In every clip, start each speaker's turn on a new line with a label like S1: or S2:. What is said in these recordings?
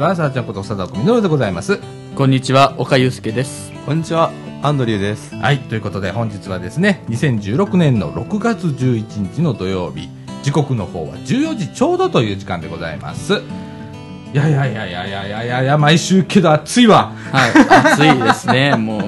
S1: は、さあちゃんこと貞子みのるでございます。
S2: こんにちは、岡祐介です。
S3: こんにちは、アンドリューです。
S1: はい、ということで本日はですね、2016年の6月11日の土曜日、時刻の方は14時ちょうどという時間でございます。いやいやいやいやいやいやいやいや、毎週けど暑いわ。
S2: はい、暑いですね、もう。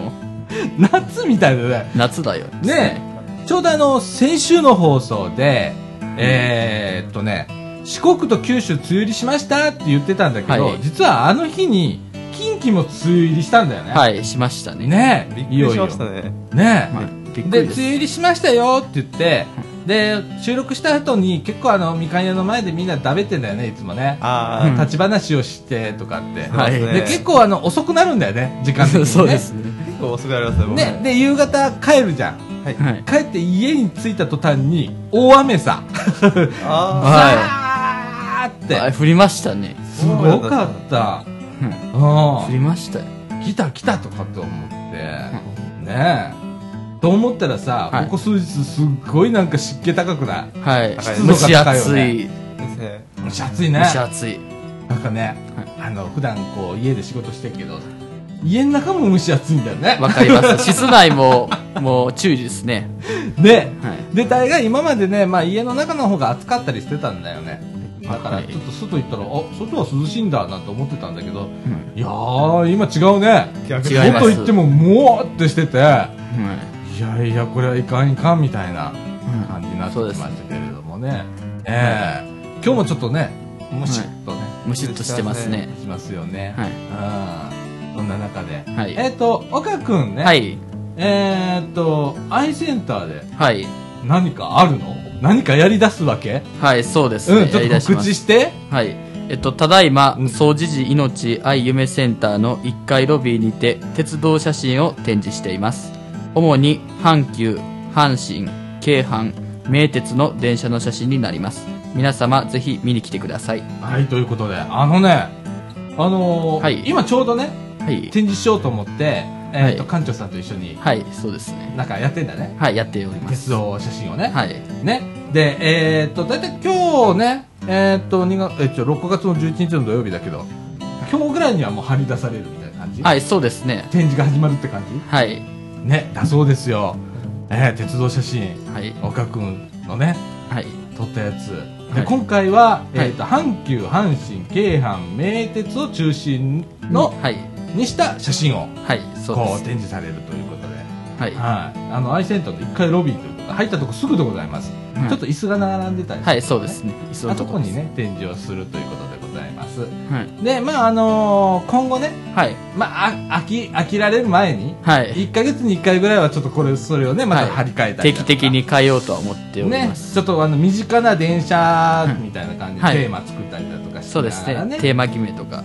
S1: 夏みたいだね。
S2: 夏だよ。
S1: ねちょうどあの、先週の放送で、えー、っとね、四国と九州梅雨入りしましたって言ってたんだけど、
S2: はい
S1: 実はあの日に近畿も梅雨入りしたんだよね。
S2: はい、しましたね。
S1: ね
S3: びっ
S1: い
S3: くり
S1: よい
S3: し
S1: よ
S3: ましたね。
S1: ね
S2: はい、びっく
S1: で
S2: り
S1: 梅
S2: です。
S1: 雨入りしましたよって言ってで収録した後に結構あのみかん屋の前でみんなだべってんだよねいつもね
S2: う
S3: あ
S2: ん
S1: 立ち話をしてとかって、
S2: はい
S3: そうです
S1: で
S3: ね
S1: 結構あの遅くなるんだよね時間的に、ね、
S2: そうですね。
S3: あ、結構遅くなりましたね、僕
S1: ね、で夕方帰るじゃん
S3: はい。
S2: はい。
S1: 帰って家に着いた途端に大雨さ
S3: あ
S1: あ
S2: は
S1: ーっ
S2: い。あ
S1: て
S2: 降りましたね。
S1: すごかった
S2: うん降
S1: う
S2: りましたよ。
S1: ん来た来たとかと思ってねえと思ったらさ、
S2: はい
S1: ここ数日すっごいなんか湿気高くない
S2: はい。
S3: 湿
S2: 蒸
S1: 度
S2: し
S1: が高いよ
S2: 暑い。
S3: あ、ですね。
S1: 蒸し暑いね
S2: 蒸し暑い。
S1: なんかね、あの普段こう家で仕事してるけど家の中も蒸し暑いんだよね
S2: わかります。室内も、もう注意ですね。
S1: で
S2: はい。
S1: で大概今までね、まあ、家の中の方が暑かったりしてたんだよねだから
S2: はい
S1: ちょっと外行ったら、あ外は涼しいんだなと思ってたんだけどいやー今違うね
S3: 逆
S2: 違います
S1: 外行ってももーってしてていや
S2: はい。
S1: やこれはいかんいかんみたいない感じになって
S2: そうで
S1: き
S2: す
S1: ましたけれどもねええ今日もちょっとねムシっとね、
S2: むしっとしてますね。
S1: しますよね、
S2: はい
S1: うんそんな中で、
S2: はい
S1: えっ、と岡君ね、
S2: はい。
S1: えっ、とアイセンターで
S2: はい。
S1: 何かあるの何かやり出すわけ
S2: はい、そうです
S1: うん
S2: ね。
S1: ちょ
S2: や
S1: っ
S2: り
S1: と
S2: だしま
S1: 告
S2: す
S1: 知して
S2: はい。えっと、ただいま
S1: うん、
S2: 総持寺命愛夢センターの1階ロビーにて、鉄道写真を展示しています。主に、阪急、阪神、京阪、名鉄の電車の写真になります。皆様、ぜひ見に来てください。
S1: はいということであのねあのー
S2: はい
S1: 今ちょうどね
S2: はい。
S1: 展示しようと思って、えーと
S2: はい
S1: 館長さんと一緒に
S2: はい、そうですね。
S1: なんかやってんだね
S2: はい、やっております。
S1: 鉄道写真をね、
S2: はい。
S1: ねでえっ、と大体今日ねえっ、と2月、えー、ちょ6月の11日の土曜日だけど今日ぐらいにはもう張り出されるみたいな感じ
S2: はい、そうですね。
S1: 展示が始まるって感
S2: はい。
S1: じねだそうですよ、えー鉄道写真
S2: はい。
S1: 岡君のね
S2: はい。
S1: 撮ったやつで、
S2: はい
S1: 今回は、え
S2: はい
S1: ーと阪急阪神京阪名鉄を中心の、
S2: はい。
S1: にした写真を
S2: はい、そう
S1: こ
S2: で。
S1: う展示されるということです
S2: はい。
S1: はいあのアイセンターの1階ロビーということで入ったとこすぐでございます、
S2: うん
S1: ちょっと椅子が並んでたりして
S2: はい、そうですね。そ
S1: あ
S2: の
S1: そ
S2: と
S1: こ
S2: こです
S1: に。ね展示をするということでございます
S2: はい。
S1: でまああのー今後ね、
S2: はい。
S1: まあ、あ飽き飽きられる前に
S2: はい。
S1: 1か月に1回ぐらいはちょっとこれそれをねまた
S2: はい
S1: 張り替えたりだと
S2: 定期
S1: か
S2: 的に変えようとは思っており
S1: ね
S2: ま、す。
S1: ちょっとあの身近な電車みたいな感じで
S2: はい
S1: テーマ作ったりだとかし
S2: そう
S1: な
S2: です
S1: がら
S2: ね
S1: ね、
S2: テーマ決めとか。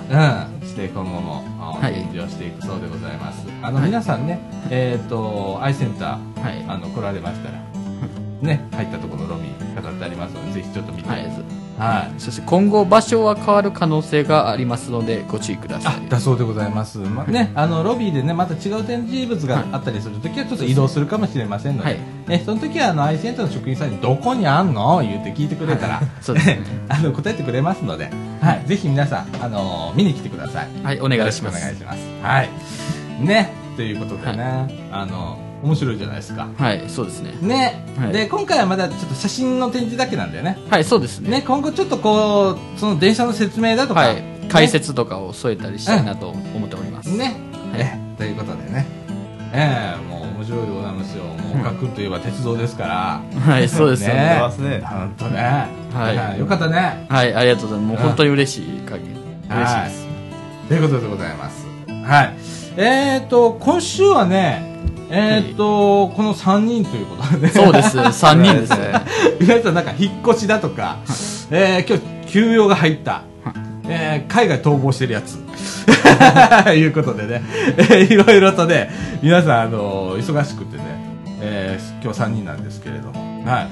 S1: うん、して今後もあ
S2: はい
S1: 展示をしていくそうでございます、あの
S2: はい
S1: 皆さんね、えっ、とアイセンター、
S2: はい
S1: あの来られましたらね入ったところのロビー飾ってありますのでぜひちょっと見て、
S2: は
S1: はい
S2: い。そして今後場所は変わる可能性がありますのでご注意くださ
S1: あ
S2: い。
S1: だそうでございます、まね、あのロビーでねまた違う展示物があったりするときはちょっと移動するかもしれませんので、
S2: はい
S1: ねその時はあのアイセンターの職員さんにどこにあんの言って聞いてくれたら、
S2: そうですね
S1: あの答えてくれますので、はい、ぜひ皆さん、あのー見に来てください
S2: はい、お願いしま
S1: よろく
S2: す。
S1: お願いしますはいねということでね、あの面白いじゃないですか
S2: はい、そうですね。
S1: ね、
S2: はい
S1: で今回はまだちょっと写真の展示だけなんだよね
S2: はい、そうですね。
S1: ね今後ちょっとこうその電車の説明だとか、
S2: はい
S1: ね、
S2: 解説とかを添えたりしたいなと思っております。
S1: ね、えということでねええもう面白いでございますよもう岡君といえば鉄道ですから
S2: はい、そうです
S1: ね
S2: よね。
S3: ますね
S1: 本当ね
S2: はい
S1: やよかったね
S2: はい、ありがとうございます。もう本当に嬉しい限り。嬉しい
S1: は
S2: で
S1: い
S2: す。
S1: ということでございます。はい。えっ、ー、と、今週はね、えっ、ー、と、この3人ということで、ね、
S2: そうです。3人 です
S3: そう
S2: ね。
S3: ね。
S1: 皆さんなんか引っ越しだとか、えー、今日休養が入った、えー、海外逃亡してるやつ、 いうことでね、えー、いろいろとね、皆さん、あの忙しくてね、えー、今日3人なんですけれども、はい。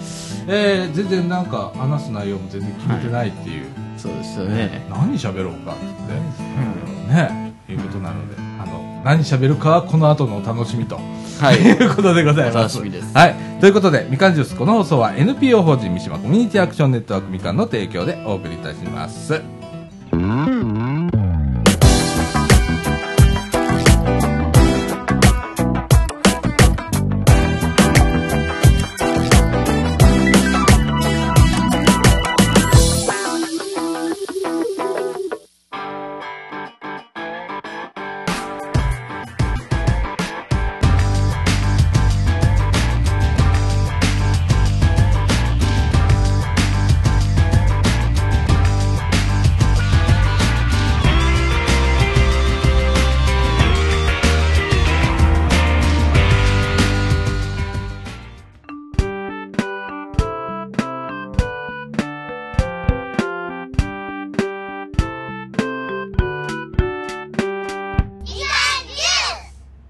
S1: えー、全然なんか話す内容も全然決めてないっていう。
S2: そうですよね。
S1: 何喋ろうかってねいうことなのであの何喋るかはこの後のお楽しみと
S2: はい
S1: と。いうことでございます
S2: お楽しみです
S1: はい、ということでみかんジュースこの放送は NPO 法人三島コミュニティアクションネットワークみかんの提供でお送りいたします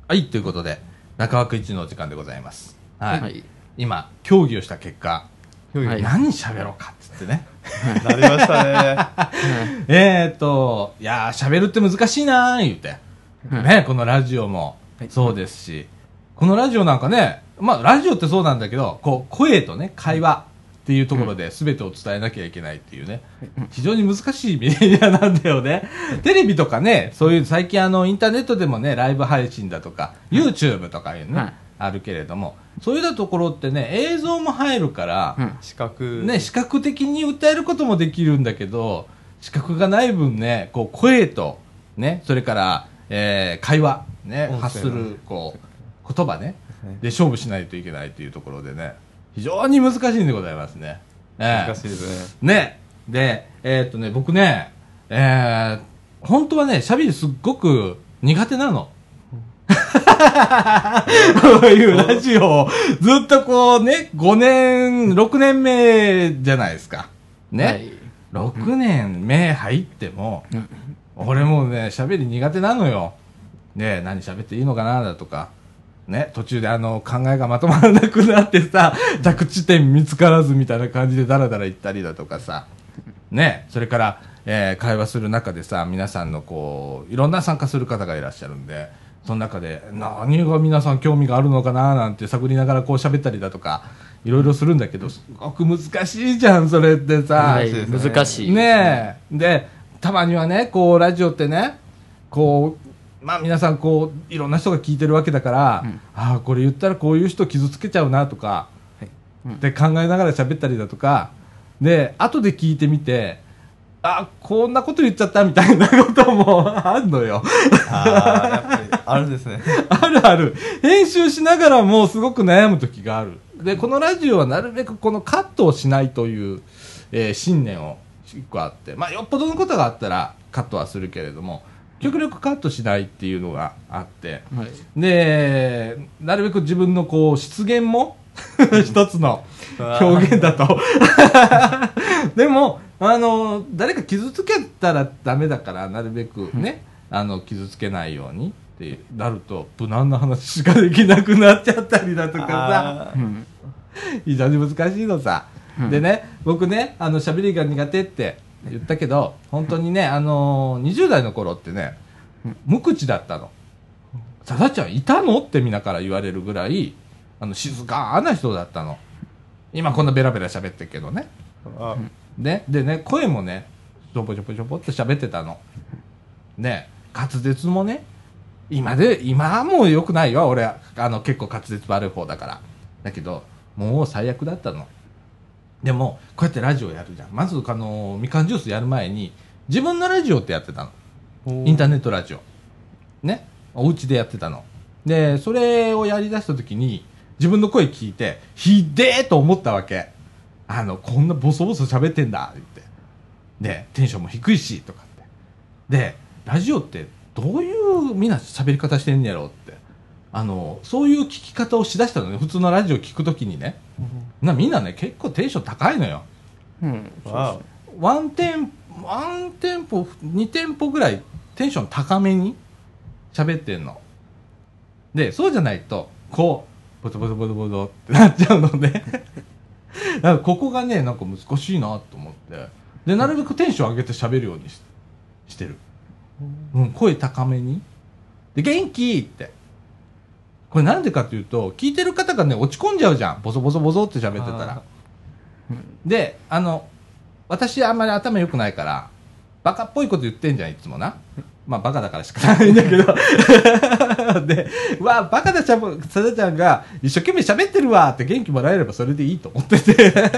S1: はい、ということで、中枠一のお時間でございます。はい。
S2: はい
S1: 今、協議をした結果、
S2: はい
S1: 何喋ろうかって言ってね。
S3: なりましたね。
S1: えーっと、いやー、喋るって難しいなー、言って。ね、このラジオも
S2: はい
S1: そうですし、このラジオなんかね、まあ、ラジオってそうなんだけど、こう、声とね、会話っていうところで全てを伝えなきゃいけないっていうね、非常に難しいメディアなんだよね。テレビとかね、そういう最近あの、インターネットでもね、ライブ配信だとか、YouTube とかいうね、
S2: はい
S1: あるけれども、そういったところってね、映像も入るから、
S2: うん
S3: 資格。
S1: ね、視覚的に訴えることもできるんだけど、視覚がない分ね、こう声と、ね、それから、えー会話、ね
S3: 音声、の
S1: 発する、こう、言葉ね
S3: はい、
S1: で勝負しないといけないというところでね、非常に難しいんでございますね。ええ
S3: 難しいですね。
S1: ね、で、えーっとね、僕ね、えー本当はね、喋りすっごく苦手なの。こういうラジオをずっとこうね、5年、6年目じゃないですか。ね。
S2: はい
S1: 6年目入っても、俺もうね、喋り苦手なのよ。ね何喋っていいのかな、だとか。ね、途中であの、考えがまとまらなくなってさ、着地点見つからずみたいな感じでダラダラ行ったりだとかさ。ね、それから、えー会話する中でさ、皆さんのこう、いろんな参加する方がいらっしゃるんで、その中で、何が皆さん興味があるのかななんて探りながらこう喋ったりだとか、いろいろするんだけど、すごく難しいじゃん、それってさ。
S2: はい
S3: そうですね
S2: 難しい
S1: ねえでたまにはねこうラジオってねこうまあ皆さんこういろんな人が聞いてるわけだから、ああこれ言ったらこういう人傷つけちゃうなとか、で考えながら喋ったりだとかで後で聞いてみてああこんなこと言っちゃったみたいなこともあんのよ
S3: ああ、やっぱり、あるんですね。
S1: あるある編集しながらもすごく悩む時があるでこのラジオはなるべくこのカットをしないという、えー信念を一個あってまあよっぽどのことがあったらカットはするけれども極力カットしないっていうのがあって
S2: はい
S1: でなるべく自分のこう失言も一つの表現だと でもあの誰か傷つけたらダメだからなるべくね、あの傷つけないようにってなると無難な話しかできなくなっちゃったりだとかさ
S3: あ
S2: うん
S1: 非常に難しいのさ、
S2: うん
S1: でね僕ねあの喋りが苦手って言ったけど本当にね、あのー20代の頃ってね無口だったの「さだちゃんいたの?」ってみんなから言われるぐらいあの静かな人だったの今こんなベラベラ喋ってるけどね
S3: ーあ
S1: ね、でね、声もね、ちょぼちょぼちょぼっと喋ってたの。ね、滑舌もね、今で、今はもう良くないよ、俺、あの、結構滑舌悪い方だから。だけど、もう最悪だったの。でも、こうやってラジオやるじゃん。まず、あの、みかんジュースやる前に、自分のラジオってやってたの。インターネットラジオ。ね。お家でやってたの。で、それをやり出した時に、自分の声聞いて、ひでえと思ったわけ。あの、こんなボソボソ喋ってんだ、言って。で、テンションも低いし、とかって。で、ラジオってどういうみんな喋り方してんねやろって。あの、そういう聞き方をしだしたのね。普通のラジオ聞くときにね。なみんなね、結構テンション高いのよ。
S2: うん
S3: わ
S1: ワンテンポ、ワンテンポ、2テンポぐらいテンション高めに喋ってんの。で、そうじゃないと、こう、ボトボトボトボトってなっちゃうので、 なんかここがね、なんか難しいなと思って、で、なるべくテンション上げて喋るようにししてる。うん、声高めに。で、元気って。これなんでかというと、聞いてる方がね、落ち込んじゃうじゃん。ボソボソボソって喋ってたら
S3: あ。
S1: で、あの、私あんまり頭良くないから、バカっぽいこと言ってんじゃん、いつもな。まあ、バカだからしかないんだけど。 で、うわバカだちゃん、さだちゃんが一生懸命喋ってるわって元気もらえればそれでいいと思ってて。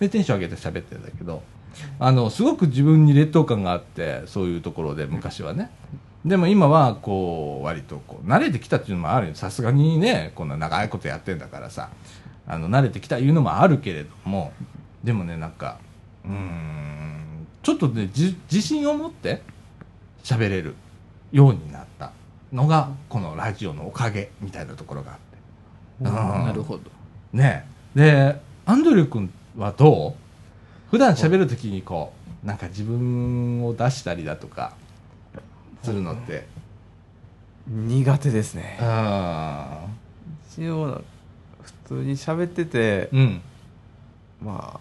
S1: で、テンション上げて喋ってるんだけど、あの、すごく自分に劣等感があって、そういうところで昔はね。でも今は、こう、割とこう、慣れてきたっていうのもあるよ。さすがにね、こんな長いことやってんだからさ、あの、慣れてきたいうのもあるけれども、でもね、なんか、うーん、ちょっとね、じ自信を持って喋れるようになったのが、このラジオのおかげみたいなところがあって。うん
S2: なるほど
S1: ねでアンドリュー君はどう普段喋るときにこうなんか自分を出したりだとかするのって
S3: 苦手ですね
S1: あ
S3: 一応普通に喋ってて
S1: ーうん
S3: ま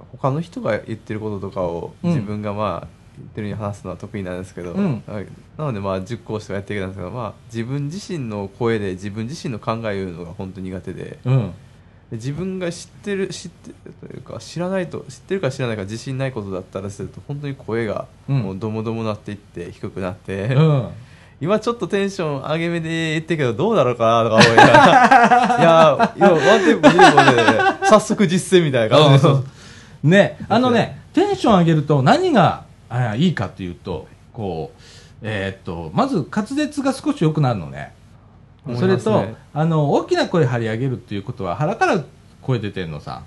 S3: あ他の人が言ってることとかを
S1: うん
S3: 自分がまあ言ってるように話すのは得意なんですけど、
S1: うん
S3: ななのでまあ10講師とかやってきたんですけど、まあ、自分自身の声で自分自身の考えを言うのが本当に苦手でで
S1: うん
S3: 自分が知ってる知ってるというか知らないと知ってるか知らないか自信ないことだったらすると本当に声が
S1: うん
S3: もうどもどもなっていって低くなって、
S1: うん
S3: 今ちょっとテンション上げ目で言ってるけどどうなのかなとか思いな がらいやいやワンテンポ15で早速実践みたいな感じで
S1: ね、あのね、テンション上げると何があいいかというと、こう、えーっと、まず滑舌が少し良くなるのね。
S3: 思います
S1: そ
S3: ね
S1: れと、あの、大きな声張り上げるっていうことは腹から声出てんのさ。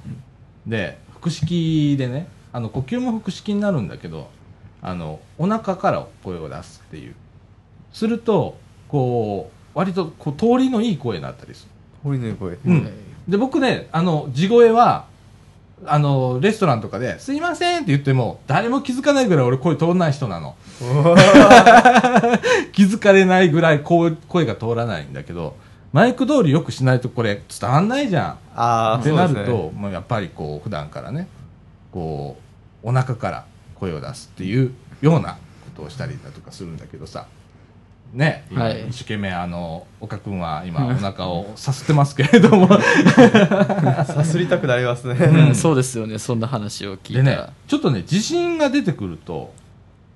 S1: で、腹式でね、あの、呼吸も腹式になるんだけど、あの、お腹から声を出すっていう。すると、こう、割とこう通りのいい声になったりする。
S3: 堀の声、
S1: うん、で僕ねあの地声はあのレストランとかで「すいません」って言っても誰も気づかないぐらい俺声通らない人な の気づかれないぐらいこう声が通らないんだけどマイク通りよくしないとこれ伝わんないじゃ
S3: あ
S1: ん
S3: あ
S1: っ
S3: そ
S1: て
S3: う
S1: な
S3: です
S1: る
S3: ね
S1: と、もうやっぱりこう普段からねこうお腹から声を出すっていうようなことをしたりだとかするんだけどさね、今
S2: はい
S1: 一生懸命あの岡君は今お腹をさすってますけれど も
S3: さすりたくなりますね、
S1: ん
S2: うん そうですよね、そんな話を聞い
S1: で
S2: た
S1: ね
S2: ら。、
S1: ちょっとね、自信が出てくると、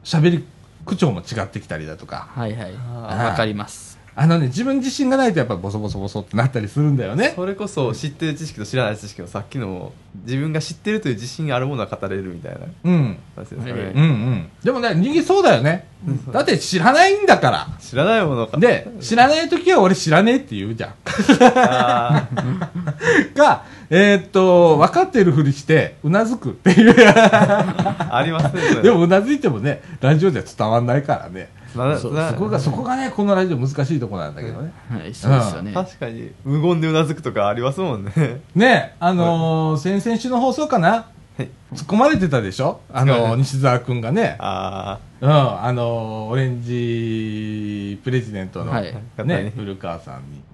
S1: 喋り口調も違ってきたりだとか、
S2: はいはい。
S3: あ
S1: ー
S2: わかります。
S1: あのね、自分自信がないとやっぱボソボソボソってなったりするんだよね。
S3: それこそ知ってる知識と知らない知識のさっきのも自分が知ってるという自信があるものは語れるみたいな
S1: うん。
S3: 話ですかね、
S2: はい
S1: うんうん。でもね、人間そうだよね。だって知らないんだか。
S3: 知らないものから
S1: で、知らない時は俺知らねえって言うじゃん。
S3: あー
S1: が、えーっと、分かってるふりして、うなずくっていう。
S3: ありますねそれ
S1: でもうなずいてもね、ラジオじゃ伝わんないからね。
S3: な
S2: そう
S3: な
S1: そこが、そこがね、このラジオ難しいとこなんだけどね。
S2: はい、そうですよね。
S3: 確かに無言でうなずくとかありますもんね
S1: ねあのー先々週の放送かな、
S3: はい
S1: 突っ込まれてたでしょあ
S3: は
S1: のー
S3: い
S1: 西澤君がね、
S3: あ
S1: うん、あのーオレンジプレジデントの、
S2: はい
S3: 方
S1: ね
S3: に、
S1: 古川さんに。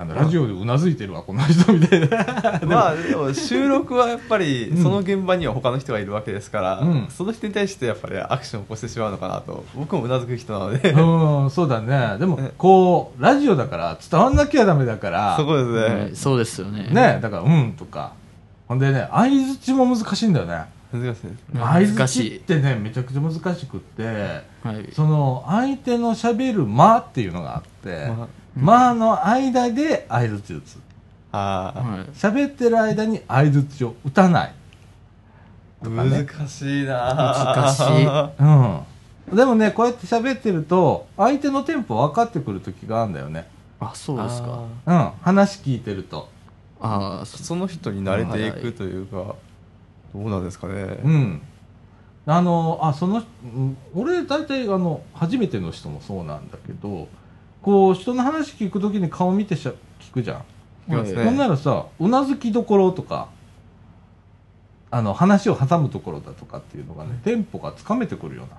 S1: あの、ラジオでうなずいてるわ、この人、みたいな。
S3: あまあでも収録はやっぱりその現場には他の人がいるわけですから、
S1: うん
S3: その人に対してやっぱりアクションを起こしてしまうのかなと僕もうなずく人なので、
S1: うん、そうだね。でも
S3: ね、
S1: こう、ラジオだから、伝わんなきゃダメだから、
S3: そこですね、
S2: はいそうですよね。
S1: ね、だから、うん、とか。ほんでね、相づちも難しいんだよね。
S3: 難しいですね
S1: 相
S2: 難
S1: づ
S2: し
S1: ちっ
S2: い。
S1: てね、めちゃくちゃ難しくって、
S2: はい。
S1: その相手のしゃべる間っていうのがあって
S3: ま
S1: 「間」の間で相づち打つ
S3: ああ、
S2: はい
S1: 喋ってる間に相づちを打たない、とかね
S3: 難しいな
S2: 難しい
S1: うん、でもねこうやって喋ってると相手のテンポ分かってくる時があるんだよね、
S2: あ、そうですか。
S1: うん、話聞いてると、
S2: ああ、
S3: あー
S2: そ
S3: その人に慣れていくというかどうなんですかね
S1: うん、あのあそのうん俺大体あの初めての人もそうなんだけどこう人の話聞く時に顔見てしゃ聞くじゃん
S3: いきますね
S1: ほんならさ、うなずきどころとか、あの、話を挟むところだとかっていうのがね、テンポがつかめてくるような。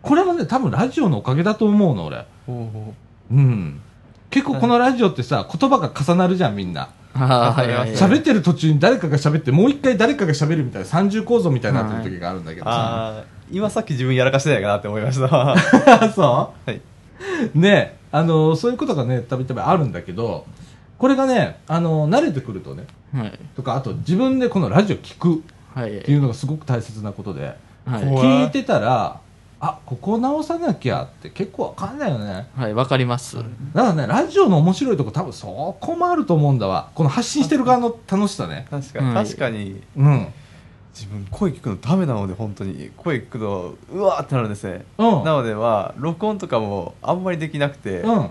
S1: これもね、多分ラジオのおかげだと思うの、俺。
S3: ほうほ
S1: うん。結構このラジオってさ、言葉が重なるじゃん、みんな。
S2: あーはいはいはい。
S1: 喋ってる途中に誰かが喋って、もう一回誰かが喋るみたいな三重構造みたいになってる時があるんだけ
S3: う
S1: どさ。
S3: ああ今さっき自分やらかしてないかなって思いましたは
S1: そ
S3: いう
S1: ね、あの、そういうことがね、たびたびあるんだけど、これがね、あの、慣れてくるとね、
S2: はい。
S1: とか、あと自分でこのラジオ聞く
S2: はい。
S1: っていうのがすごく大切なことで、
S2: はい。
S3: こ
S1: 聞いてたらあここ直さなきゃって結構わかんないよね
S2: はい、わかります。
S1: だからねラジオの面白いとこ多分そこもあると思うんだわこの発信してる側の楽しさね
S3: 確かに、
S2: うん
S3: 確かに
S1: うん
S3: 自分声聞くのダメなので本当に声聞くとうわーってなるんですね、
S1: うん
S3: なのでまあ録音とかもあんまりできなくて、
S1: うん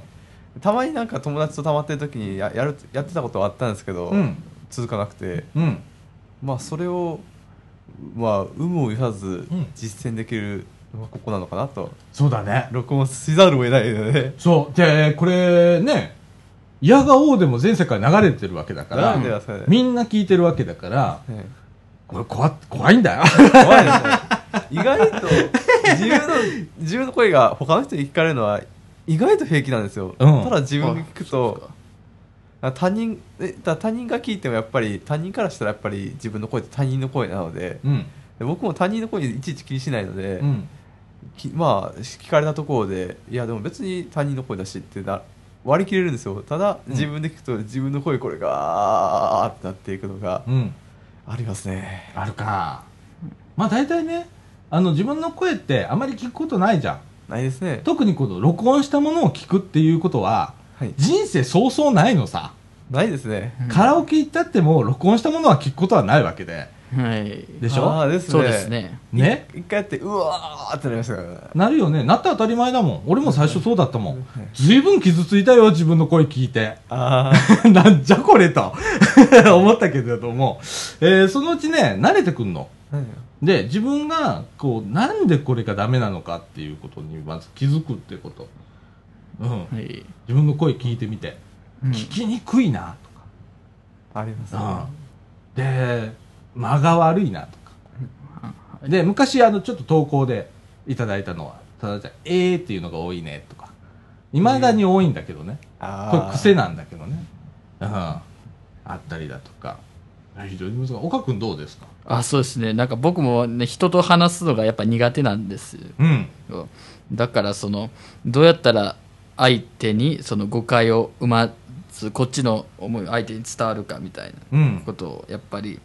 S3: たまになんか友達と溜まってる時にややるやってたことはあったんですけど、
S1: うん
S3: 続かなくて
S1: うん
S3: まあそれをまあ有無を言わず
S1: ん
S3: 実践できるのがここなのかなと
S1: そうだね
S3: 録音せざるを得ない ので
S1: そうでこれね嫌が王でも全世界流れてるわけだか
S3: な
S1: ら
S3: んでだそれ、
S1: みんな聞いてるわけだから
S3: ね
S1: これ怖怖いんだよ
S3: 怖いですね意外と自分の自分の声が他の人に聞かれるのは意外と平気なんですよ、
S1: うん
S3: ただ自分が聞
S2: あ
S3: くとあ他人えだ他人が聞いてもやっぱり他人からしたらやっぱり自分の声って他人の声なので
S1: うん。
S3: で僕も他人の声にいちいち気にしないので、
S1: うん。
S3: きまあ聞かれたところでいやでも別に他人の声だしってな割り切れるんですよただ
S1: うん
S3: 自分で聞くと自分の声これがあーってなっていくのが
S1: うん。
S3: ありますね
S1: あるか。まあ大体ね、あの自分の声ってあまり聞くことないじゃん。
S3: ないですね
S1: 特にこの録音したものを聞くっていうことは、
S3: はい
S1: 人生そうそうないのさ。
S3: ないですね
S2: うん
S1: カラオケ行ったっても録音したものは聞くことはないわけで。
S2: はい。
S1: でしょ
S3: あーですね
S2: そうですね。
S1: ね
S3: 一回やってうわーってなりましたからね
S1: なるよね。なって当たり前だもん。俺も最初そうだったもん。ずいぶん傷ついたよ、自分の声聞いて。
S3: あー
S1: なんじゃこれと 思ったけれども、えーそのうちね、慣れてくんの。
S3: うん
S1: で、自分が、こう、なんでこれがダメなのかっていうことに、まず気づくっていうこと。うん。
S2: はい。
S1: 自分の声聞いてみて、
S2: うん
S1: 聞きにくいな、
S3: あります
S1: と
S3: ね
S1: か。で、間が悪いな、とか。で、昔、あの、ちょっと投稿でいただいたのは、ただちゃん、えーっていうのが多いね、とか。未だに多いんだけどね。
S3: あ
S1: こ
S3: ー
S1: れ癖なんだけどね、うん、あったりだとか非常に難しい岡君どうですか
S2: あ、そうですね。なんか僕もね、人と話すのがやっぱ苦手なんです
S1: うん
S2: よ。だからその、どうやったら相手にその誤解を生まず、こっちの思いを相手に伝わるかみたい
S1: う
S2: な。
S1: ん
S2: ことをやっぱり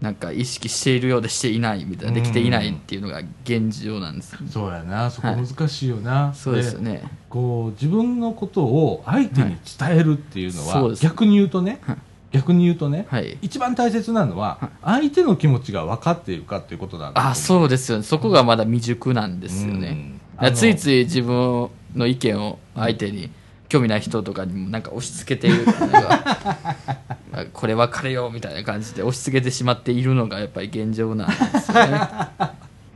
S2: なんか意識しているようでしていないみたいなできていないっていうのが現状なんです、
S1: そうやなそこ
S2: はい
S1: 難しいよな、
S2: そうですよね
S1: こう自分のことを相手に伝えるっていうのは、
S2: はいそうです
S1: 逆に言うとね、
S2: はい
S1: 逆に言うとね、
S2: はい
S1: 一番大切なのは、相手の気持ちが分かっているかっていうことなんだ
S2: あそうですよねそこがまだ未熟なんですよ
S1: う
S2: ね
S1: ん、
S2: だからついつい自分の意見を相手に興味ない人とかにもなんか押し付けているなんかあこれ別れようみたいな感じで押し付けてしまっているのがやっぱり現状なんですよね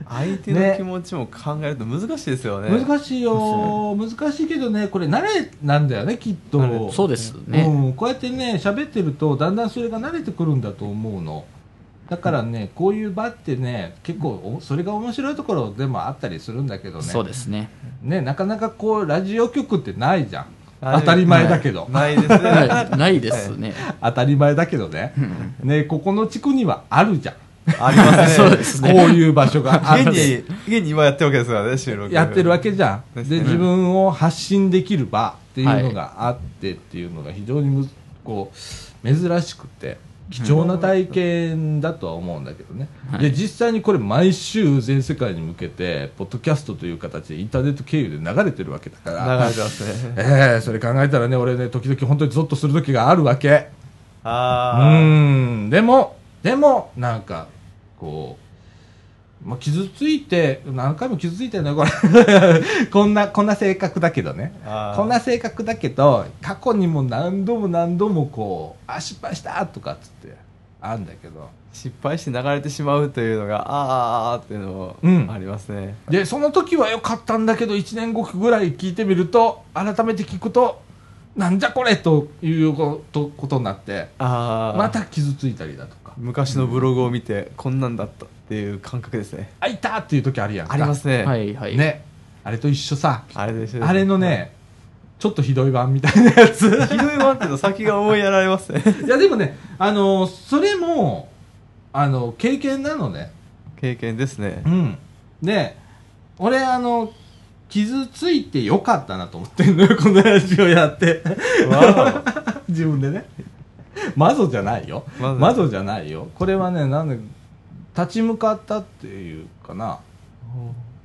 S3: 相手の気持ちも考えると難しいですよね
S1: 難しいよ難しいけどねこれ慣れなんだよねきっと
S2: そうですね、
S1: うん、こうやってね喋ってるとだんだんそれが慣れてくるんだと思うのだからね、こういう場ってね結構おそれが面白いところでもあったりするんだけどね
S2: そうですね
S1: ねなかなかこうラジオ局ってないじゃん
S3: はい
S1: 当たり前だけど、
S3: ないですね
S2: はいないですね、
S1: 当たり前だけどねねここの地区にはあるじゃん、
S3: ありますね
S2: そうです
S1: こういう場所があ
S3: 現
S1: る
S3: に現に今やってるわけですからね収録
S1: やってるわけじゃん
S3: です
S1: で
S3: ね
S1: 自分を発信できる場っていうのがあってっていうのが非常にむずこう珍しくて貴重な体験だとは思うんだけどね、
S2: はい
S1: で実際にこれ毎週全世界に向けてポッドキャストという形でインターネット経由で流れてるわけだから、
S3: 流れてますね
S1: ええそれ考えたらね俺ね時々本当にゾッとする時があるわけう
S3: あ
S1: ーんでもでもなんかこう、まあ、傷ついて何回も傷ついてるねこれ こんなこんな性格だけどね
S3: ーあー
S1: こんな性格だけど過去にも何度も何度もこうあ失敗したとかっつってあんだけど
S3: 失敗して流れてしまうというのがあーあーあーっていうの
S1: うん
S3: もありますね、
S1: でその時は良かったんだけど1年後ぐらい聞いてみると改めて聞くとなんじゃこれということことになって
S3: ああ
S1: また傷ついたりだとか
S3: 昔のブログを見てこんなんだったっていう感覚ですね
S1: 「あいた!」っていう時あるやんか
S3: ありますね、
S2: はいはい、
S1: ねあれと一緒さ
S3: あれでしょ
S1: あれ のねちょっとひどい版みたいなやつ
S3: ひどいわっていうと先が思いやられますね
S1: いやでもねあのそれもあの経験なのね
S3: 経験ですね
S1: うんで俺あの傷ついてよかったなと思ってんのよこ のラジオやって
S3: わー
S1: 自分でねマゾじゃないよ
S3: マゾ
S1: マゾじゃないよこれはねなんで立ち向かったっていうかな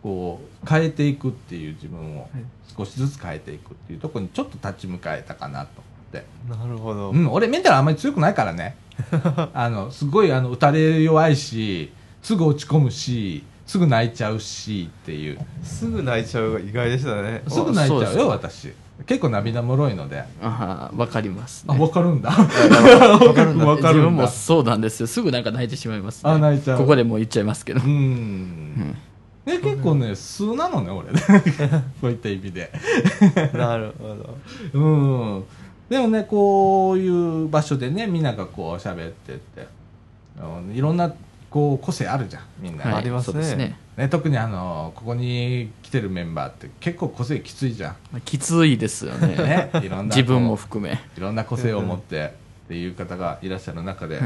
S1: こう変えていくっていう自分を少しずつ変えていくっていうところにちょっと立ち向かえたかなと思って、
S3: なるほど、
S1: うん、俺メンタルあんまり強くないからねあのすごいあの打たれ弱いしすぐ落ち込むしすぐ泣いちゃうしっていう
S3: すぐ泣いちゃうが意外でしたね
S1: すぐ泣い
S2: そう
S1: ち
S2: で
S1: ゃ
S2: す
S1: う
S2: か
S1: よ私結構涙もろいので
S2: あーわかります、
S1: あ
S2: ね、
S1: 分かるんだ
S3: わかるんだ
S1: 分かる
S2: 自分
S1: ん
S2: も
S1: だ
S2: そうなんですよすぐなんか泣いてしまいます、ね、
S1: あ泣いちゃう
S2: ここでもう言っちゃいますけど、
S1: う
S2: うんん
S1: で結構ね素なのね俺ねそういった意味で
S3: なるほど
S1: うん、でもねこういう場所でねみんながこう喋ってってあのいろんなこう個性あるじゃんみんな、
S2: はい
S3: ありますね
S2: そうですね
S1: ね、特にあのここに来てるメンバーって結構個性きついじ ゃん、
S2: きついですよ ね
S1: ね、いろんな
S2: 自分も含め
S1: いろんな個性を持ってっていう方がいらっしゃる中で、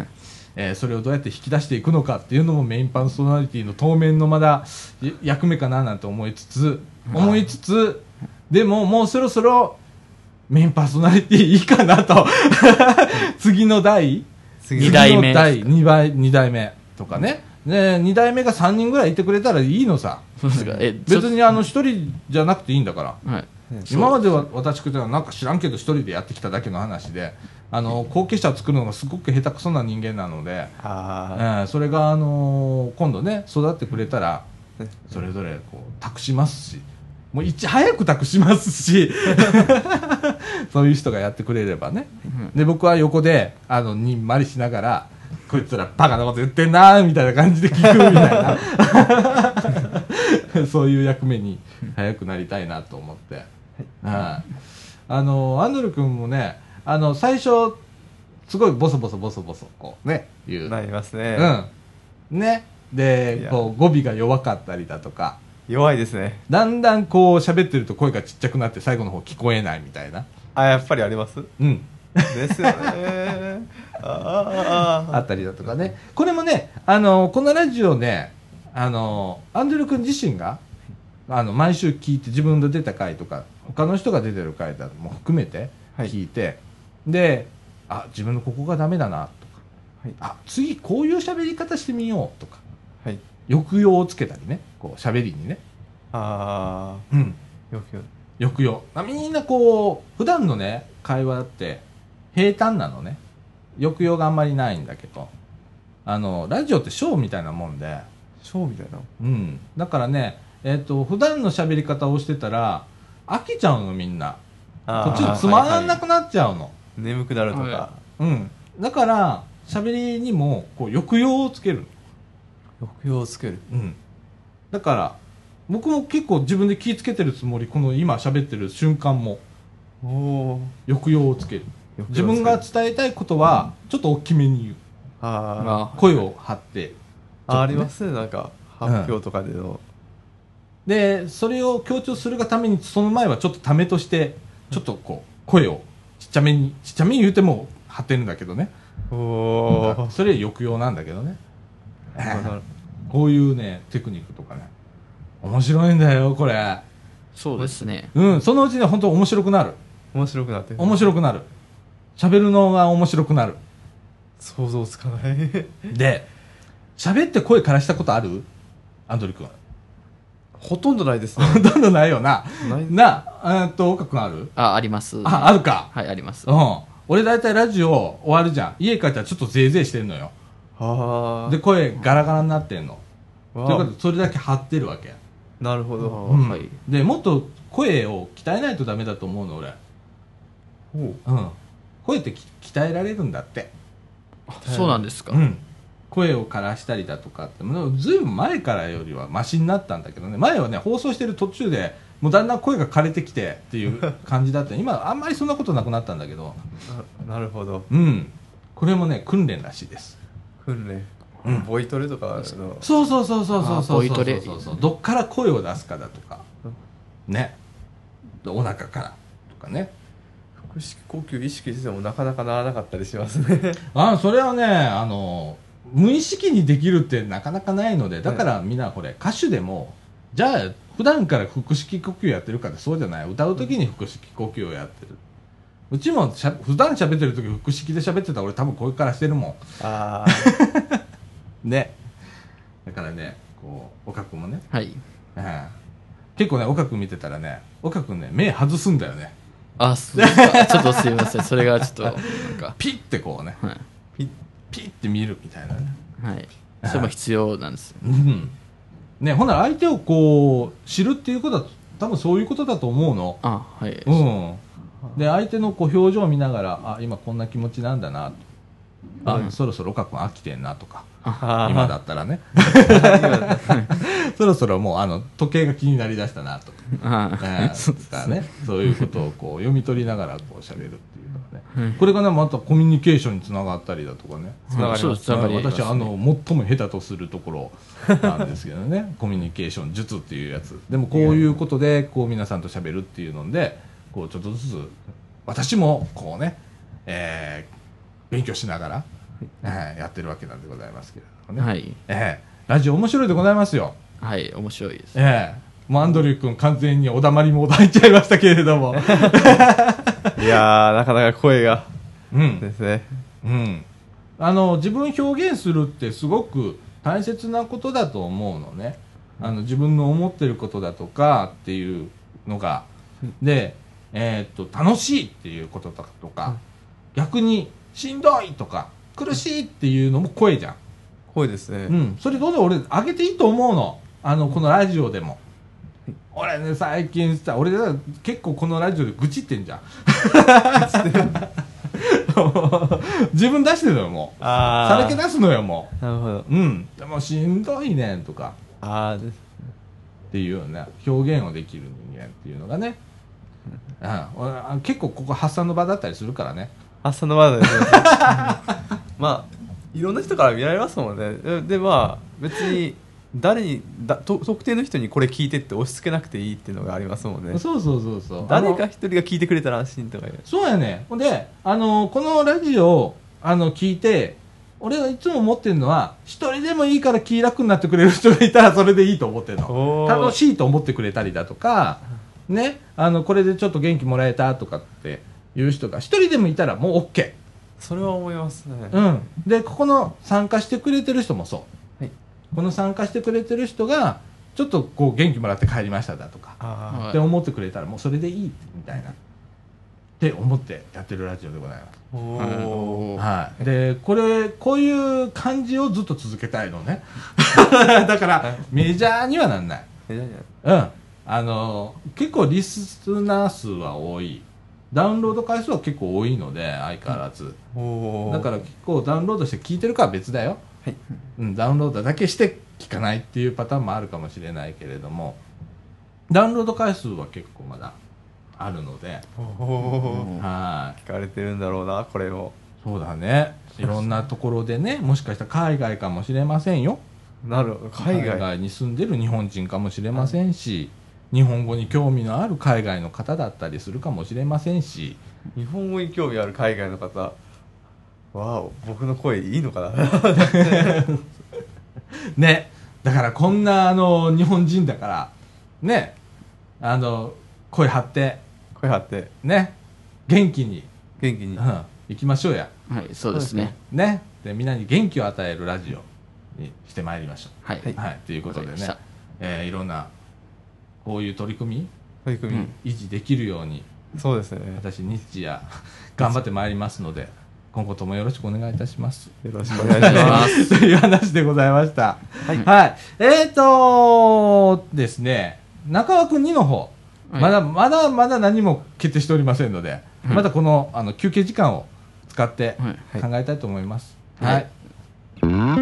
S1: えーそれをどうやって引き出していくのかっていうのもメインパーソナリティの当面のまだい役目かななんて思いつつ思いつつでももうそろそろメインパーソナリティいいかな と次の代
S2: 二代目
S1: 次の代二倍二代目とかねね2代目が3人ぐらいいてくれたらいいのさ
S2: そうですかえ ちょ
S1: 別にあの1人じゃなくていいんだから。
S2: はい
S1: 今までは私くてはなんか知らんけど一人でやってきただけの話であの後継者を作るのがすごく下手くそな人間なので、え
S3: あ
S1: ーそれが、あのー今度ね育ってくれたらそれぞれこう託しますしもういち早く託しますし そういう人がやってくれればねで僕は横であのにんまりしながらこいつらバカなこと言ってんなーみたいな感じで聞くみたいな そういう役目に早くなりたいなと思って、はいあのアンドル君もねあの最初すごいボソボソボソボソこうね言
S3: あ
S1: う
S3: なりますね、
S1: うん。ね。
S3: い
S1: で、
S3: や
S1: こう語尾が弱かったりだとか、
S3: 弱いですね
S1: だんだんこう喋ってると声がちっちゃくなって最後の方聞こえないみたいな。
S3: あやっぱりあります
S1: うん。
S3: ですよ ねあああ
S1: あったりだとかね。これもね、あの、このラジオね、あの、アンドレ君自身が、あの、毎週聞いて自分の出た回とか、他の人が出てる回だも含めて
S3: はい
S1: 聞いて、で、あ、自分のここがダメだなとか、
S3: はい
S1: あ、次こういう喋り方してみようとか、
S3: はい
S1: 抑揚をつけたりね、こう喋りにね。
S3: あ
S1: うん。
S3: あよくよ
S1: 抑揚あみんなこう普段のね会話って平坦なのね抑揚があんまりないんだけどあのラジオってショーみたいなもんで、
S3: ショーみたいな
S1: うん、だからねえっ、と普段の喋り方をしてたら飽きちゃうのみんな
S3: あ
S1: こ
S3: ー
S1: っちがつまんな
S3: は
S1: くなっちゃうの、
S3: いはい眠くなるとか、
S2: は
S1: うん、だから喋りにもこう抑揚をつけるの
S3: 抑揚をつける
S1: うん、だから僕も結構自分で気ぃつけてるつもりこの今喋ってる瞬間も
S3: おお
S1: 抑揚をつける自分が伝えたいことはちょっと大きめに言う
S3: あ
S2: あ
S1: 声を張って
S3: あありますねなんか発表とかでの、
S1: でそれを強調するがためにその前はちょっとためとしてちょっとこう声をちっちゃめにちっちゃめに言うても張ってるんだけどね
S3: おお
S1: それ抑揚なんだけどね こういうねテクニックとかね面白いんだよこれ
S2: そうですね
S1: うんそのうちね本当面白くなる
S3: 面白くなってる
S1: 面白くなる喋るのが面白くなる
S3: 想像つかない
S1: で喋って声枯らしたことあるアンドリ君
S3: ほとんどないですね
S1: ほと んどないよな
S3: ない
S1: なあ、えっと、岡君ある
S2: あありますは
S1: あ、あるか。
S2: いあります
S1: うん。俺大体ラジオ終わるじゃん。家帰ったらちょっとぜいぜいしてんのよ。
S3: ああ
S1: で、声ガラガラになってんの。というこ
S3: わ
S1: とで、それだけ張ってるわけ。
S3: あなるほ
S2: あ
S3: ど
S2: うんはい
S1: で、もっと声を鍛えないとダメだと思うの、俺。
S3: ほ
S1: うん。声ってき鍛えられるんだって。
S2: あそうなんですか、
S1: ん。声を枯らしたりだとかって、もうずいぶん前からよりはマシになったんだけどね。前はね、放送してる途中で、もうだんだん声が枯れてきてっていう感じだ った。今、あんまりそんなことなくなったんだけど。
S3: うななるほど
S1: うん。これもね、訓練らしいです。
S3: 訓練、ボイトレとかの
S1: そうそうそうそうそうそう
S2: あーボイトレ
S1: そうそうそうどっから声を出すかだとかねでお腹からとかね
S3: 腹式呼吸意識してもなかなかならなかったりしますね
S1: あーそれはねあの無意識にできるってなかなかないのでだからみんなこれ歌手でもじゃあ普段から腹式呼吸やってるかってそうじゃない歌う時に腹式呼吸をやってるうちもしゃ普段喋ってる時腹式で喋ってたら俺多分声からしてるも
S3: あ
S1: んねだからねこう岡君もね
S2: はい
S1: ええ結構ね岡君見てたらね岡君ね目外すんだよね
S2: あそうで すかちょっとすいませんそれがちょっとなんか
S1: ピッてこうね
S2: はい
S1: ピッピッて見るみたいなね,、
S2: はいそれも必要なんです
S1: うん、ねほんなら相手をこう知るっていうことは多分そういうことだと思うの
S2: あはい、
S1: うんで相手のこう表情を見ながらあ今こんな気持ちなんだなとあ、
S2: うん
S1: そろそろ岡君飽きてんなとか
S3: あ
S1: 今だったらね そろそろもうあの時計が気になりだ したなとか
S2: あ
S1: ね、そうね、そういうことをこう読み取りながらこう喋るっていうのはね、これがねまたコミュニケーションにつながったりだとかね
S3: つながります
S2: そうですつながります
S1: 私あの最も下手とするところなんですけどね コミュニケーション術っていうやつでもこういうことでこう皆さんと喋るっていうのでこうちょっとずつ私もこうね、えー勉強しながら、えーやってるわけなんでございますけれどもね、
S2: はい
S1: えーラジオ面白いでございますよ
S2: はい面白いです
S1: ええもうアンドリュー君完全におだまりモード入っちゃいましたけれども
S3: いやー、なかなか声が
S1: うん
S3: ですね。
S1: うん、あの自分表現するってすごく大切なことだと思うのねあの自分の思ってることだとかっていうのがで、えーっと楽しいっていうこととかとか逆にしんどいとか苦しいっていうのも声じゃん、
S3: 声です
S1: う
S3: ね。
S1: ん、それどんどん俺上げていいと思うのあのこのラジオでも。俺ね最近さ俺ら結構このラジオで愚痴ってんじゃん 自分出してるのよもう
S3: あ
S1: さらけ出すのよも
S3: なるほど。
S1: ううんでもしんどいねんとか
S3: あーです。
S1: っていうような表現をできる人間っていうのがね、うん、俺あ結構ここ発散の場だったりするからね
S3: 朝の窓ですね。 まあ、いろんな人から見られますもんね。で、でまあ、別に、誰にだと、特定の人にこれ聞いてって押し付けなくていいっていうのがありますもんね。
S1: そうそうそうそう
S3: 誰か一人が聞いてくれたら安心とかいう。
S1: そうやね。ほんで、あの、このラジオを、あの、聞いて、俺がいつも思ってるのは、一人でもいいから気楽になってくれる人がいたらそれでいいと思ってるの
S3: お。ー
S1: 楽しいと思ってくれたりだとか、ね、あの、これでちょっと元気もらえたとかっていう人が一人でもいたらもう OK。
S3: それは思いますね。
S1: うん。で、ここの参加してくれてる人もそう。
S3: はい
S1: この参加してくれてる人が、ちょっとこう元気もらって帰りましただとか。
S3: あ
S1: って思ってくれたらもうそれでいいみたいなって思ってやってるラジオでございます。
S3: あ。おー
S2: おー
S1: はい、でこれこういう感じをずっと続けたいのねだからメジャーにはなんない、
S3: えじゃあじゃ
S1: う
S3: あ
S1: ん、あの結構リスナー数は多いダウンロード回数は結構多いので相変わらず
S3: おー
S1: だから結構ダウンロードして聞いてるかは別だよ、
S3: はい
S1: うん、ダウンロードだけして聞かないっていうパターンもあるかもしれないけれどもダウンロード回数は結構まだあるので、
S3: おー
S1: はい
S3: 聞かれてるんだろうなこれを
S1: そうだねいろんなところでねもしかしたら海外かもしれませんよ
S3: なるほど海外
S1: に住んでる日本人かもしれませんし、日本語に興味のある海外の方だったりするかもしれませんし
S3: 日本語に興味ある海外の方わお僕の声いいのかな
S1: ねだからこんなあの日本人だからねあの声張って
S3: 声張って
S1: ね元気に、
S3: 元気
S1: う
S3: に
S1: ん、行きましょうや
S2: はいそうですね
S1: ねでみんなに元気を与えるラジオにしてまいりましょ
S2: は
S1: う
S2: い
S1: はいということで
S2: わかり
S1: ね
S2: ました、
S1: えーいろんなこういう取り組み
S3: 取り組み、
S1: 維持できるように
S3: そうですね
S1: 私日 夜頑張ってまいりますので今後ともよろしくお願いいたします。
S3: よろしくお願いし
S2: お願いし
S3: ま
S2: ます す
S1: という話でございました。は。
S3: はいい
S1: えーとですね、中川くん2の方、
S2: はい
S1: まだまだまだ何も決定しておりませんので、
S2: い
S1: まだこのあの休憩時間を使って
S2: はい
S1: 考えたいと思います。
S2: はい
S1: はい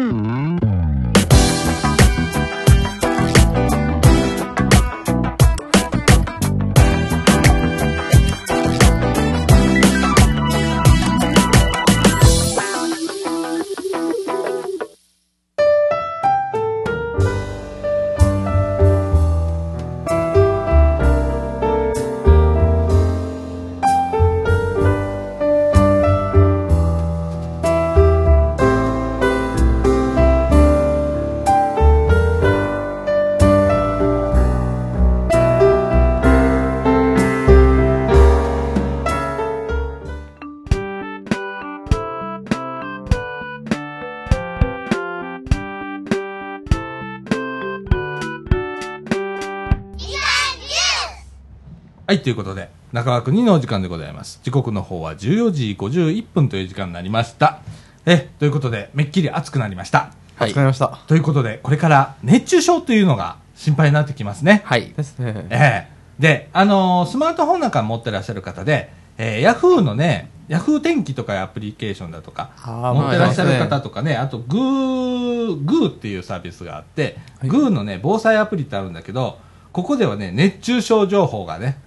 S1: はい、ということで、中川くん2のお時間でございます。時刻の方は14時51分という時間になりました。え、ということで、めっきり暑くなりました。
S2: は
S3: 疲れ
S2: い
S3: ました
S1: ということで、これから熱中症というのが心配になってきますね。
S2: はい
S3: ですね
S1: ええで、あのースマートフォンなんか持ってらっしゃる方で、えー、ヤフーのね、ヤフー天気とかいうアプリケーションだとか、
S3: あー
S1: 持ってらっしゃる
S3: 持ってます
S1: 方
S3: ね
S1: とかね、あと、グー、グーっていうサービスがあって、グーのね、防災アプリってあるんだけど、ここではね、熱中症情報がね、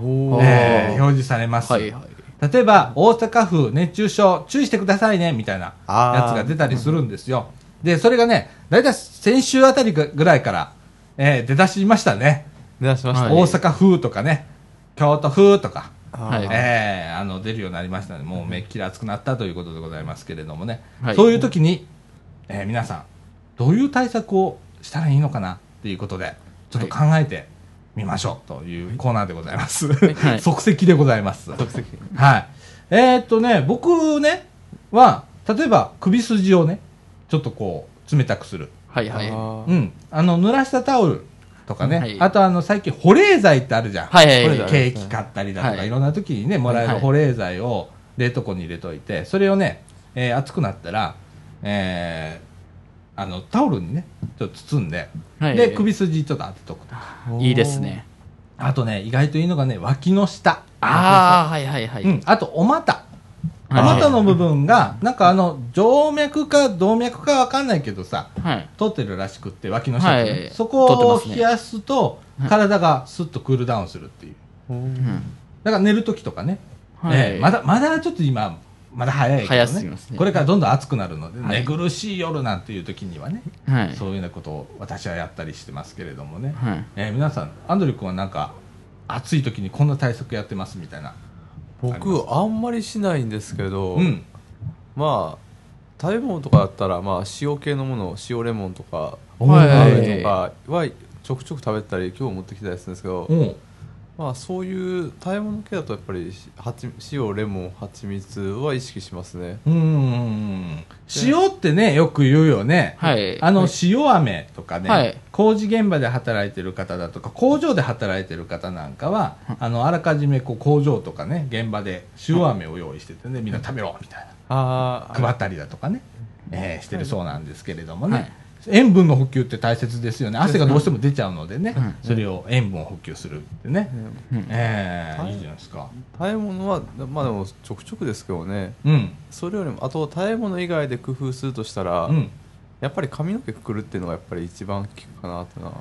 S3: おー
S1: えー表示されます。
S2: はいはい
S1: 例えば大阪府熱中症注意してくださいねみたいなやつが出たりするんですよ。で、それがね、だいたい先週あたりぐらいから、えー出だしましたね。
S3: 出だしました、
S2: は
S3: ね
S2: い
S1: 大阪風とかね、京都風とか、
S2: はい
S3: あー
S1: えーあの出るようになりましたので、もうめっきり暑くなったということでございますけれどもね、
S2: はい
S1: そういう時に、えー皆さん、どういう対策をしたらいいのかなっていうことで、ちょっと考えてみましょうというコーナーでございます。
S2: はい
S1: 即席でございます。
S3: 即席
S1: はい。えーっとね、僕ね、は、例えば首筋をね、ちょっとこう、冷たくする。
S2: はいはい。
S3: あ
S2: は
S3: ー
S1: うん、あの濡らしたタオルとかね、
S2: はい
S1: あとあの最近保冷剤ってあるじゃん、
S2: はいはいはい
S1: これケーキ買ったりだとか、
S2: はい
S1: い、ろんな時にねもらえ
S2: は
S1: る
S2: い
S1: 保冷剤を冷凍庫に入れといてそれをね、えー熱くなったら、えーあのタオルにねちょっと包んで、
S2: い。
S1: で首筋ちょっと当てとくと
S2: いいですね。
S1: あとね意外といいのがね脇の下
S2: ああ、はいはいはい。
S1: うん、あとお股お
S2: はい
S1: 股の部分がなんかあの静脈か動脈かわかんないけどさ、
S2: はい。
S1: 取ってるらしくって脇の下にね、
S2: はい
S1: そこ
S2: 取ってま
S1: を
S2: すね
S1: 冷やすと
S2: はい
S1: 体がスッとクールダウンするっていう
S2: うん
S1: だから寝る時とかね、ええまだまだちょっと今まだ早いけど、ね、
S2: 早すぎますね
S1: これからどんどん暑くなるので、
S2: はい
S1: 寝苦しい夜なんていう時にはね、
S2: はい。
S1: そういうようなことを私はやったりしてますけれどもね、
S2: はい。
S1: ええ皆さんアンドリュー君はなんか暑い時にこんな対策やってますみたいな
S3: 僕あんまりしないんですけど、
S1: うん
S3: まあ食べ物とかだったら、まあ、塩系のもの塩レモンとか
S2: はい
S3: ラ
S1: はい
S3: ーメンとかはちょくちょく食べたり今日持ってきたりするんですけど、
S1: うん
S3: まあ、そういう食べ物系だとやっぱりはち塩レモン蜂蜜は意識しますね
S1: うんうん塩ってねよく言うよね、
S2: はい。
S1: あの、塩飴とかね、
S2: はい
S1: 工事現場で働いてる方だとか、工場で働いてる方なんかは、あの、あらかじめこう工場とかね、現場で塩飴を用意しててね、みんな食べろみたい
S3: あ
S1: な、
S3: ー
S1: 配ったりだとかね、えーしてるそうなんですけれどもね、
S2: はい
S1: 塩分の補給って大切ですよね。汗がどうしても出ちゃうのでね、
S2: はい
S1: それを塩分を補給するってね。
S2: うん
S1: えー
S3: はい
S1: いいじゃないですか。
S3: 食べ物はまあでもちょくちょくですけどね
S1: うん。
S3: それよりもあと食べ物以外で工夫するとしたら、
S1: うん。
S3: やっぱり髪の毛くくるっていうのがやっぱり一番効くかなってな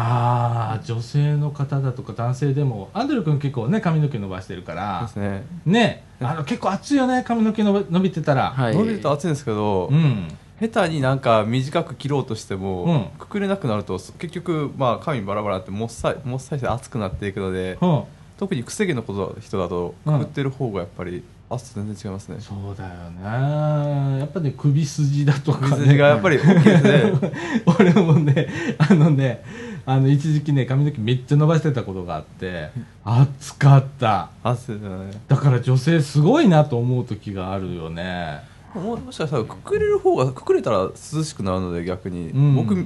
S1: ああ、女性の方だとか男性でも、アンドル君結構ね、髪の毛伸ばしてるから、
S3: ですね
S1: ねあの結構熱いよね髪の毛の伸びてたら、
S2: はい。
S3: 伸びると暑いんですけど、
S1: うん
S3: 下手になんか短く切ろうとしても、
S1: うん
S3: くくれなくなるとそ結局まあ髪バラバラってもっさりもっさりして熱くなっていくので
S1: うん
S3: 特にくせ毛のこと人だと
S1: うん
S3: くくってる方がやっぱり汗と全然違いますね
S1: そうだよねやっぱね首筋だとか、ね、
S3: 首筋がやっぱり大きいですね
S1: 俺もねあのねあの一時期ね髪の毛めっちゃ伸ばしてたことがあって暑かった
S3: 汗じゃない
S1: だから女性すごいなと思う時があるよね
S3: ももしかしたらくくれる方がくくれたら涼しくなるので逆に、
S1: うん
S3: 僕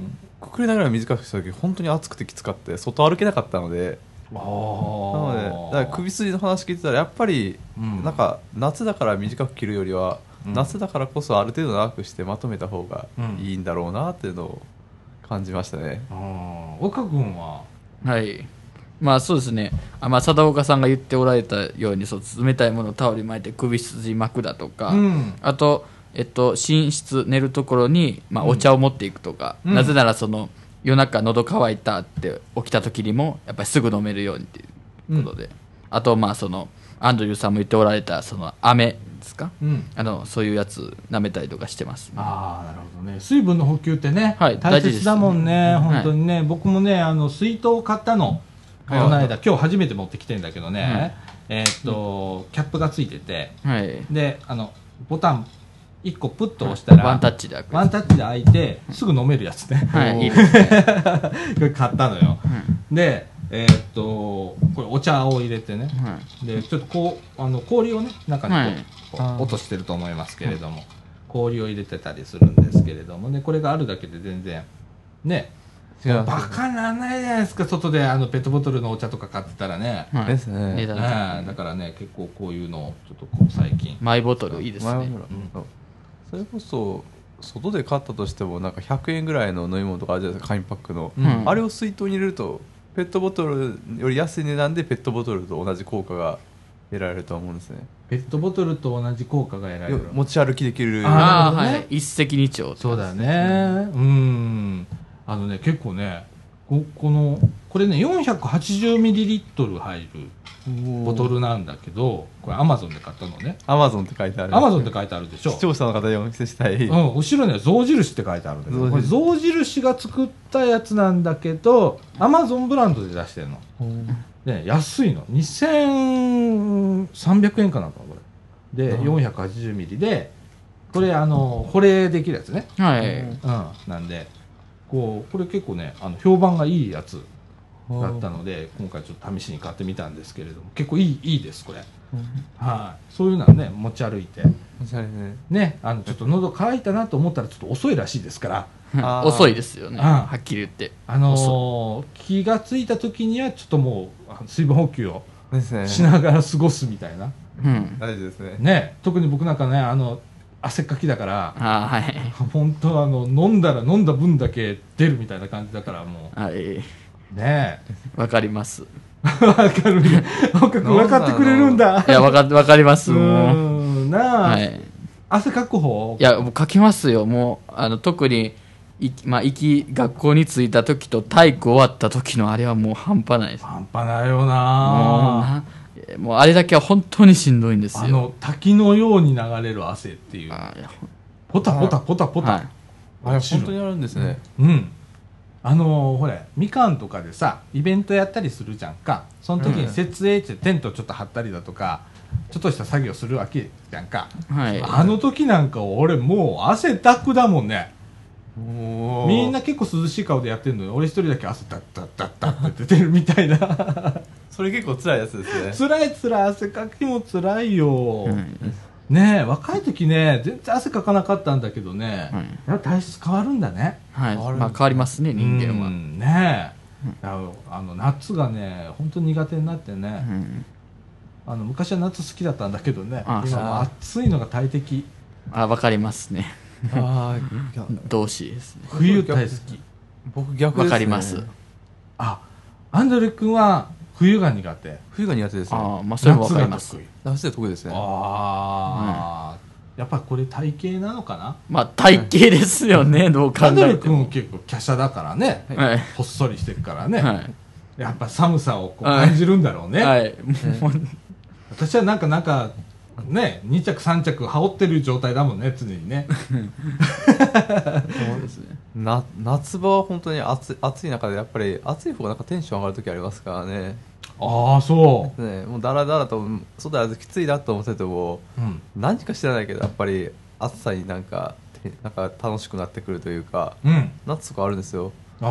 S3: くくれながら短くした時本当に暑くてきつかって外歩けなかったので
S1: ああな
S3: なのでだから首筋の話聞いてたらやっぱり、
S1: うん
S3: なんか夏だから短く着るよりは、
S1: うん
S3: 夏だからこそある程度長くしてまとめた方がいいんだろうなっていうのを感じましたね、
S1: うん岡君は
S2: はい。まあそうですね。あまあ、貞岡さんが言っておられたように、そう、冷たいものをタオルに巻いて首筋巻くだとか、
S1: うん
S2: あと、えっと、寝室、寝るところに、まあ、お茶を持っていくとか、
S1: うん
S2: なぜならその、夜中喉乾いたって起きた時にも、やっぱりすぐ飲めるようにっていうことで。あと、まあその、アンドリューさんも言っておられた、その、飴ですか、
S1: うん
S2: あの、そういうやつ舐めたりとかしてます、
S1: ああなるほどね水分の補給ってね、
S2: はい
S1: 大切だもんね
S2: 大事です
S1: 本当にね、僕もねあの水筒を買ったのこ
S2: はい
S1: の間今日初めて持ってきてんだけどね、えーっとキャップがついてて
S2: はい。
S1: であのボタン1個プッと押したら、
S2: ワンタッチで開く。
S1: ワンタッチで開いてすぐ飲めるやつね、
S2: はい、いいですね。
S1: 買ったのよ、
S2: う
S1: でえーっとこれお茶を入れてね、
S2: はい
S1: でちょっとこうあの氷をね中にこう
S2: はい
S1: こう落としてると思いますけれども、氷を入れてたりするんですけれどもねこれがあるだけで全然ね
S3: 違います
S1: バカにならないじゃないですか外であのペットボトルのお茶とか買ってたらね、
S2: はい
S3: ですね
S2: 値
S1: え
S2: 段
S1: えだからね結構こういうのをちょっとこう最近
S2: マイボトルいいです
S3: 前は
S2: ね
S3: ほ。らそれこそ外で買ったとしてもなんか100円ぐらいの飲み物とかあるじゃないですか紙パックの、
S2: うん
S3: あれを水筒に入れるとペットボトルより安い値段でペットボトルと同じ効果が得られるとは思うんですね
S1: ペットボトルと同じ効果が得られ
S3: よ
S1: る
S3: 持ち歩きできる
S1: あ
S2: あ
S1: な
S2: あ、
S1: るほどね
S2: はい。一石二鳥。
S1: そうだねうんあのね結構ねここのこれね 480ml 入るボトルなんだけどこれアマゾンで買ったのね
S3: アマゾンって書いてある
S1: アマゾンって書いてあるでしょ
S3: 視聴者の方にお見せしたい、
S1: うん、後ろには象印って書いてあるんだけどこれ象印が作ったやつなんだけどアマゾンブランドで出してるので安いの2300円かなんかこれで 480ml でこれあの保冷できるやつね
S2: はい。
S1: うん、なんでこうこれ結構ねあの評判がいいやつだったので今回ちょっと試しに買ってみたんですけれども結構いいいいですこれ、はい、そういうのはね持ち歩いて
S3: おしゃれね
S1: ねあのちょっと喉乾いたなと思ったらちょっと遅いらしいですから
S3: あー
S2: 遅いですよね。
S1: うん
S2: はっきり言って。
S1: あのー気がついた時にはちょっともうあの水分補給を
S3: ですね
S1: しながら過ごすみたいな
S2: うん。
S3: 大事ですね
S1: ね特に僕なんかねあの汗っかきだから
S2: あー
S1: 本当あの飲んだら飲んだ分だけ出るみたいな感じだからも
S2: はい。はい。
S1: うね
S2: わかります。い
S1: わかる よ。岡君分かってくれるんだ。
S2: や、わか、わかりま
S1: う
S2: す。もう。
S1: ーん、なあ、
S2: はい。
S1: 汗かく方
S2: いや、もう書きますよ。もう、あの、特に、いまあ、行き、学校に着いた時と体育終わった時のあれはもう半端ないです。も
S1: 半端ないよ
S2: う
S1: なあ。
S2: なえもうあれだけは本当にしんどいんです
S1: あ
S2: よ。
S1: の、滝のように流れる汗っていう。
S2: あーいやほん
S1: ポタポタポタポタ。
S2: はい
S3: あれ
S1: 落ちる
S3: 本当にあるんですね
S1: うん。あのーほれ、みかんとかでさ、イベントやったりするじゃんか。その時に設営ってテントちょっと張ったりだとか、ちょっとした作業するわけじゃんか。
S2: はい。
S1: あの時なんか俺もう汗だくだもんね。
S3: もう
S1: みんな結構涼しい顔でやってるのに、俺一人だけ汗だったったったって出てるみた いな。
S3: それ結構辛いやつですね
S1: 辛い辛い汗かきも辛いよ、
S2: うん
S1: ねえ若い時ね全然汗かかなかったんだけどね、
S2: はい
S1: やっぱ体質変わるんだね
S2: はい。
S3: ある
S2: まあ、変わりますね、人間は
S1: う。んねえ、あのあの夏がね本当に苦手になってね、
S2: うん
S1: あの昔は夏好きだったんだけどね
S2: あ
S1: 今もう暑いのが大敵
S2: あ、わかりますね。
S3: ああ
S2: 同志ですね。
S1: 冬大好き
S3: 僕逆ですね
S2: わかります。
S1: あアンドレ君は冬が苦手
S3: 冬が苦手ですね
S2: ああ、まあ、それもわ
S1: 夏
S2: か
S1: が
S2: ります
S1: 得。意
S3: 夏で得意ですね
S1: ああ、やっぱこれ体型なのかな
S2: まあ、体型ですよね、どう考
S1: アンドレ
S2: えて
S1: 君
S2: も。
S1: 結構華奢だからね、
S2: はい。
S1: ほっそりしてるからね、
S2: は
S1: やっぱ寒さをこう
S2: はい
S1: 感じるんだろう
S2: い。
S1: ね、
S2: はい。もう、
S1: 私はなんかなんかね2着3着羽織ってる状態だもんね常にね
S2: そうですね。
S3: な夏場は本当に暑い暑い中でやっぱり暑い方がなんかテンション上がる時ありますからね
S1: ああそ
S3: ねもうだらだらと外だときついなと思ってても
S1: う、うん、
S3: 何か知らないけどやっぱり暑さになんかてなんか楽しくなってくるというか
S1: うん、
S3: 夏とかあるんですよ
S1: あ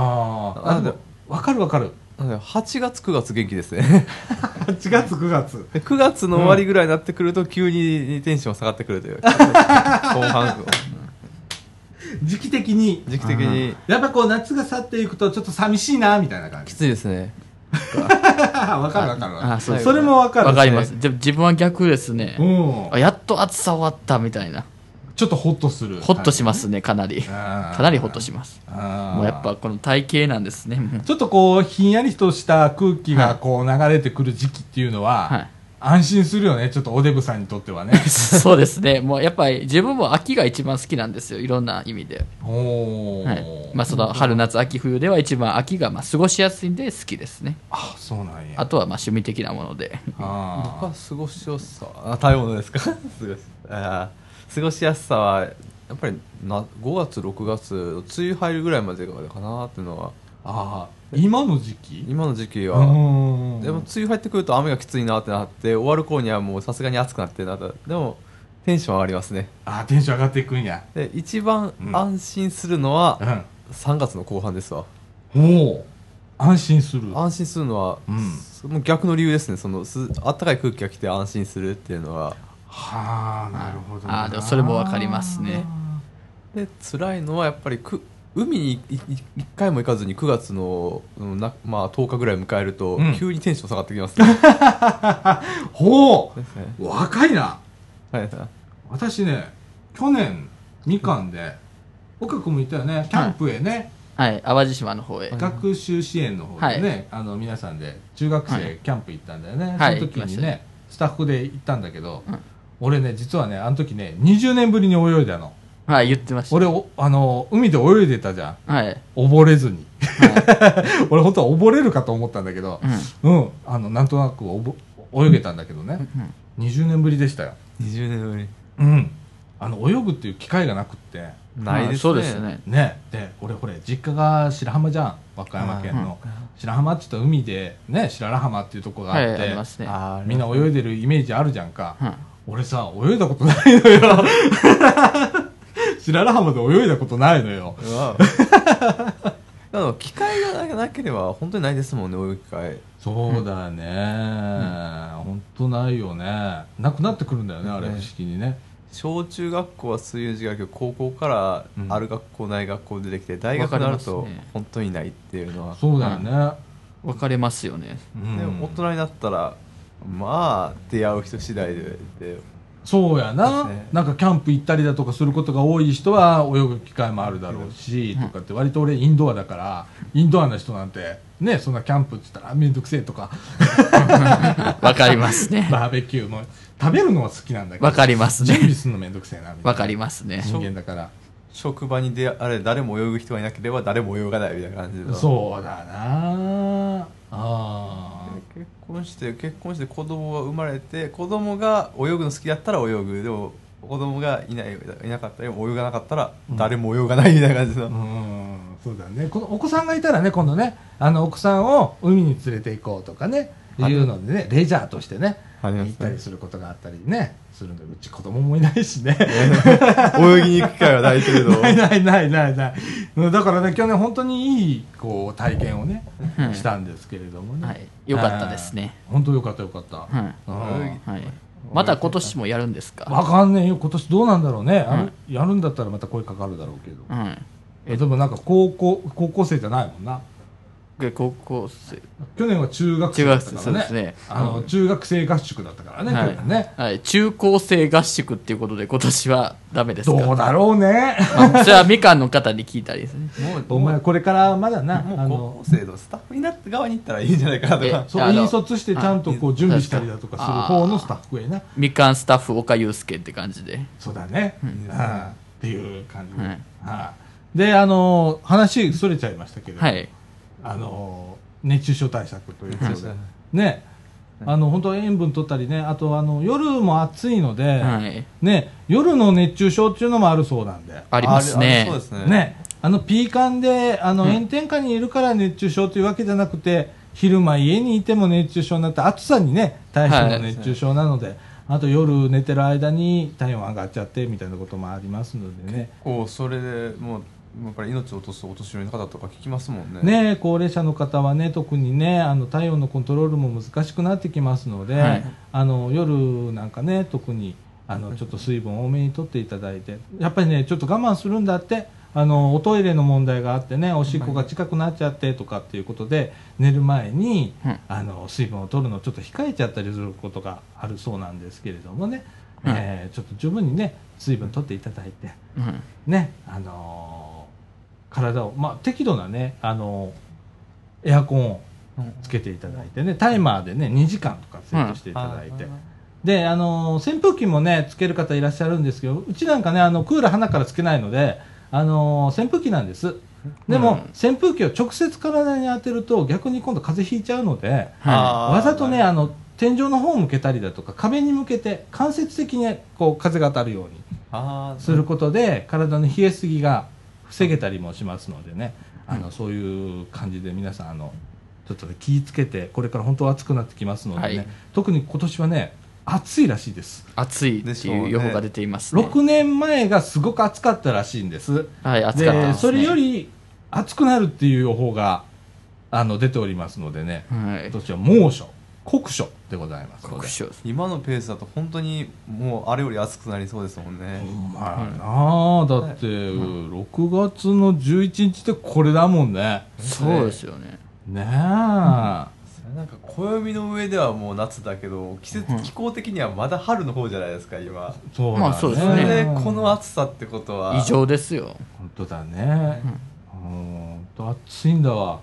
S1: ーあ
S3: あ
S1: でも
S3: で
S1: わかるわか る
S3: なので8月9月元気ですね
S1: 8月9月
S3: で9月の終わりぐらいになってくると急にテンション下がってく るという後半
S1: 時期的に
S3: 時期的に
S1: やっぱこう夏が去っていくとちょっと寂しいなみたいな感
S3: き
S1: じ
S3: ついですね
S1: わかるわかるわか
S2: あ
S1: る
S2: そう
S1: それもわかる
S2: わかります。でも自分は逆ですね
S1: う。ん
S2: あやっと暑さ終わったみたいな。
S1: ちょっとホッとする
S2: ほっとしますね、かなり。
S1: か
S2: かなりほっとします。
S1: も
S2: もうやっぱこの体型なんですね、もう。
S1: ちょっとこう、ひんやりとした空気
S2: は
S1: が
S2: い
S1: こう流れてくる時期っていうのは、
S2: はい。。
S1: 安心するよね、ちょっとおデブさんにとってはね
S2: そうですね。もうやっぱり自分も秋が一番好きなんですよ。いろんな意味で。
S1: おー。
S2: はい。まあその春夏秋冬では一番秋がまあ過ごしやすいんで好きですね。
S1: あ、そうなんや。
S2: あとはまあ趣味的なもの で。
S3: 僕
S1: あ
S3: は過ごしやすさあ食べ物ですか 過ごしあー過ごしやすさはやっぱりな5月6月梅雨入るぐらいまでかなっていうのは
S1: ーあー、今の時期
S3: 今の時期
S1: う
S3: は
S1: ーん
S3: でも梅雨入ってくると雨がきついなってなって終わる頃にはもうさすがに暑くなってなったでもテンション上がりますね
S1: あー、テンション上がっていくんや。
S3: で一番
S1: うん
S3: 安心するのは
S1: うん。
S3: 3月の後半ですわ
S1: おー。安心する。
S3: 安心するのは、
S1: うん
S3: その逆の理由ですねそのすあったかい空気が来て安心するっていうのは
S1: はあ、なるほどな。
S2: あーでもそれもわかりますね
S3: で辛いのはやっぱりく海にいい一回も行かずに9月の、うんなまあ、10日ぐらい迎えると、
S1: うん
S3: 急にテンション下がってきま すね
S1: ほ
S3: ですね
S1: う若いな。
S3: はい
S1: 私ね、去年、みかんで、岡君も言ったよね、キャンプへね、
S2: はい。淡路島の方へ。
S3: はい
S1: 学習支援の方でね、あの皆さんで中学
S2: は
S1: 生
S2: い
S1: キャンプ行ったんだよね、
S2: はい
S1: その時
S2: 行きまし
S1: に
S2: た
S1: ね
S2: ね
S1: スタッフで行ったんだけど、
S2: うん
S1: 俺ね実はねあの時ね20年ぶりに泳いだの
S2: はい。言ってました。
S1: 俺おあの海で泳いでたじゃん
S2: はい。
S1: 溺れずに 俺本当は溺れるかと思ったんだけど
S2: うん、
S1: うん、あのなんとなくおぼ泳げたんだけどね、20年ぶりでしたよ、
S3: 20年ぶり
S1: うん、あの泳ぐっていう機会がなくって
S3: ないですね
S2: そうですね。
S1: ねで俺これ実家が白浜じゃん和歌山県の、白浜って言ったら海でね白浜っていうとこが
S2: は
S1: あっ
S2: い、
S1: て、
S2: ありますね。
S3: あー
S1: みんな泳いでるイメージあるじゃんか、
S2: うん
S1: 俺さ泳いだことないのよ 白浜で泳いだことないのよ
S3: う わあの機会がなければ本当にないですもんね泳ぐ機会
S1: そうだね、本当ないよねなくなってくるんだよねあれ不
S3: ね
S1: 思議にね
S3: 小中学校は水泳授業だけど高校から
S1: うん
S3: ある学校ない学校出てきて大学になると本当にないっていうのは、
S1: そうだよね、
S2: 分かれますよ ね。
S1: うん
S3: でも大人になったらまあ出会う人次第でで
S1: そうやな、
S3: ですね
S1: なんかキャンプ行ったりだとかすることが多い人は泳ぐ機会もあるだろうし、とかって割と俺インドアだからインドアな人なんてねそんなキャンプって言ったら面倒くせえとか
S2: わかりますね。
S1: バーベキューも食べるのは好きなんだけど
S2: わかります
S1: 準
S2: ね。
S1: 備するの面倒くせえなみたいな
S2: わかりますね。
S1: 人間だから
S3: 職場に出会あれ誰も泳ぐ人がいなければ誰も泳がないみたいな感じで
S1: そうだなあー
S3: 結婚して結婚して子供が生まれて子供が泳ぐの好きだったら泳ぐでも子供がいないいなかったり泳がなかったら誰も泳がないみたいな感じの、
S1: うんそうだねこのお子さんがいたらね今度ねあのお子さんを海に連れて行こうとかね
S3: あ
S1: いうのでねレジャーとしてね
S3: あります
S1: 行っ
S3: ね
S1: たりすることがあったりねするんでうち子供もいないし ね
S3: 泳ぎに行く機会はないけれ ど
S1: ないないないないないうんだからね去年本当にいいこう体験をね
S2: うん
S1: したんですけれどもね、
S2: はい良かったですね
S1: あー本当よかったよかった、
S2: はい
S1: うん
S2: はい。また今年もやるんですか。
S1: わかんねえよ今年どうなんだろうね、あるやるんだったらまた声かかるだろうけど、
S2: うん。
S1: えでもなんか高校高校生じゃないもんな
S2: で高校生。
S1: 去年は中学生だったか
S2: 中学生そうで
S1: ら
S2: す
S1: ね
S2: ね
S1: あの中学生合宿だったからね、
S2: は
S1: 去年ね
S2: い。はい。中高生合宿っていうことで今年はダメですか。
S1: どうだろうね
S2: まあそれはみかんの方に聞いたりですね。
S3: もう
S1: お前これからまだな
S3: もう
S1: あ
S3: 高
S1: の
S3: 校生のスタッフになって側に行ったらいいんじゃないかなとか
S2: え
S1: そう
S2: あの
S1: 引率してちゃんとこう準備したりだとかする方のスタッフへな
S2: みかんスタッフ岡祐介って感じで。
S1: そうだね、
S3: ん
S1: ああっていう感じで、
S2: はい
S1: ああであの話それちゃいましたけど、
S2: はい。
S1: あの熱中症対策ということ
S3: そ
S1: で
S3: うですね
S1: ねあの本当は塩分取ったりねあとあの夜も暑いので、
S2: はい。
S1: ね、夜の熱中症っていうのもあるそうなんで
S2: あります
S3: あれあれそうで
S2: ね。
S3: すね
S1: ね、あのピーカンであの
S2: うん
S1: 炎天下にいるから熱中症というわけじゃなくて、昼間家にいても熱中症になって暑さにね対しての熱中症なので、あと夜寝てる間に体温上がっちゃってみたいなこともありますのでね
S3: こうそれでもうやっぱり命を落とすお年寄りの方とか聞きますもんね
S1: ね高齢者の方はね特にねあの体温のコントロールも難しくなってきますので、
S2: はい
S1: あの夜なんかね特にあのちょっと水分多めにとっていただいてやっぱりねちょっと我慢するんだってあのおトイレの問題があってねおしっこが近くなっちゃってとかっていうことで寝る前に
S2: うん
S1: あの水分を取るのをちょっと控えちゃったりすることがあるそうなんですけれどもね、
S2: はい
S1: えーちょっと十分にね水分取っていただいて。
S2: うん
S1: ね、あのー体を、まあ、適度なね、あのーエアコンをつけていただいてね、タイマーでね、2時間とかセットしていただいて、で、あのー扇風機もね、つける方いらっしゃるんですけど、うちなんかね、あの、クーラー鼻からつけないので、あのー扇風機なんです。で
S2: うん
S1: も、扇風機を直接体に当てると、逆に今度風邪ひいちゃうので、
S2: は
S3: あー
S1: わざとね、
S3: な
S1: あの、天井の方を向けたりだとか、壁に向けて、間接的にこう、風が当たるように。
S3: あー
S1: することで体の冷えすぎが防げたりもしますのでねあのそういう感じで皆さんあのちょっとね気をつけてこれから本当暑くなってきますのでね、
S2: はい
S1: 特に今年はね暑いらしいです
S2: い。暑いっていう予報が出ていますね。
S1: 6年前がすごく暑かったらしいんです
S2: はい、暑かったですね。
S1: それより暑くなるっていう予報があの出ておりますのでね
S2: はい
S1: 今。年は猛暑酷暑でございますので
S2: 酷暑。
S3: 今のペースだと本当にもうあれより暑くなりそうですもんね、
S1: まあなあだって6月の11日ってこれだもんね
S2: そうですよね。
S1: ねえ
S3: なんか暦の上ではもう夏だけど季節、
S2: うん
S3: 気候的にはまだ春の方じゃないですか今
S1: そうだね
S2: まあそうです
S3: それで
S2: ね
S3: この暑さってことは
S2: 異常ですよ。
S1: 本当だねうんほんと暑いんだわ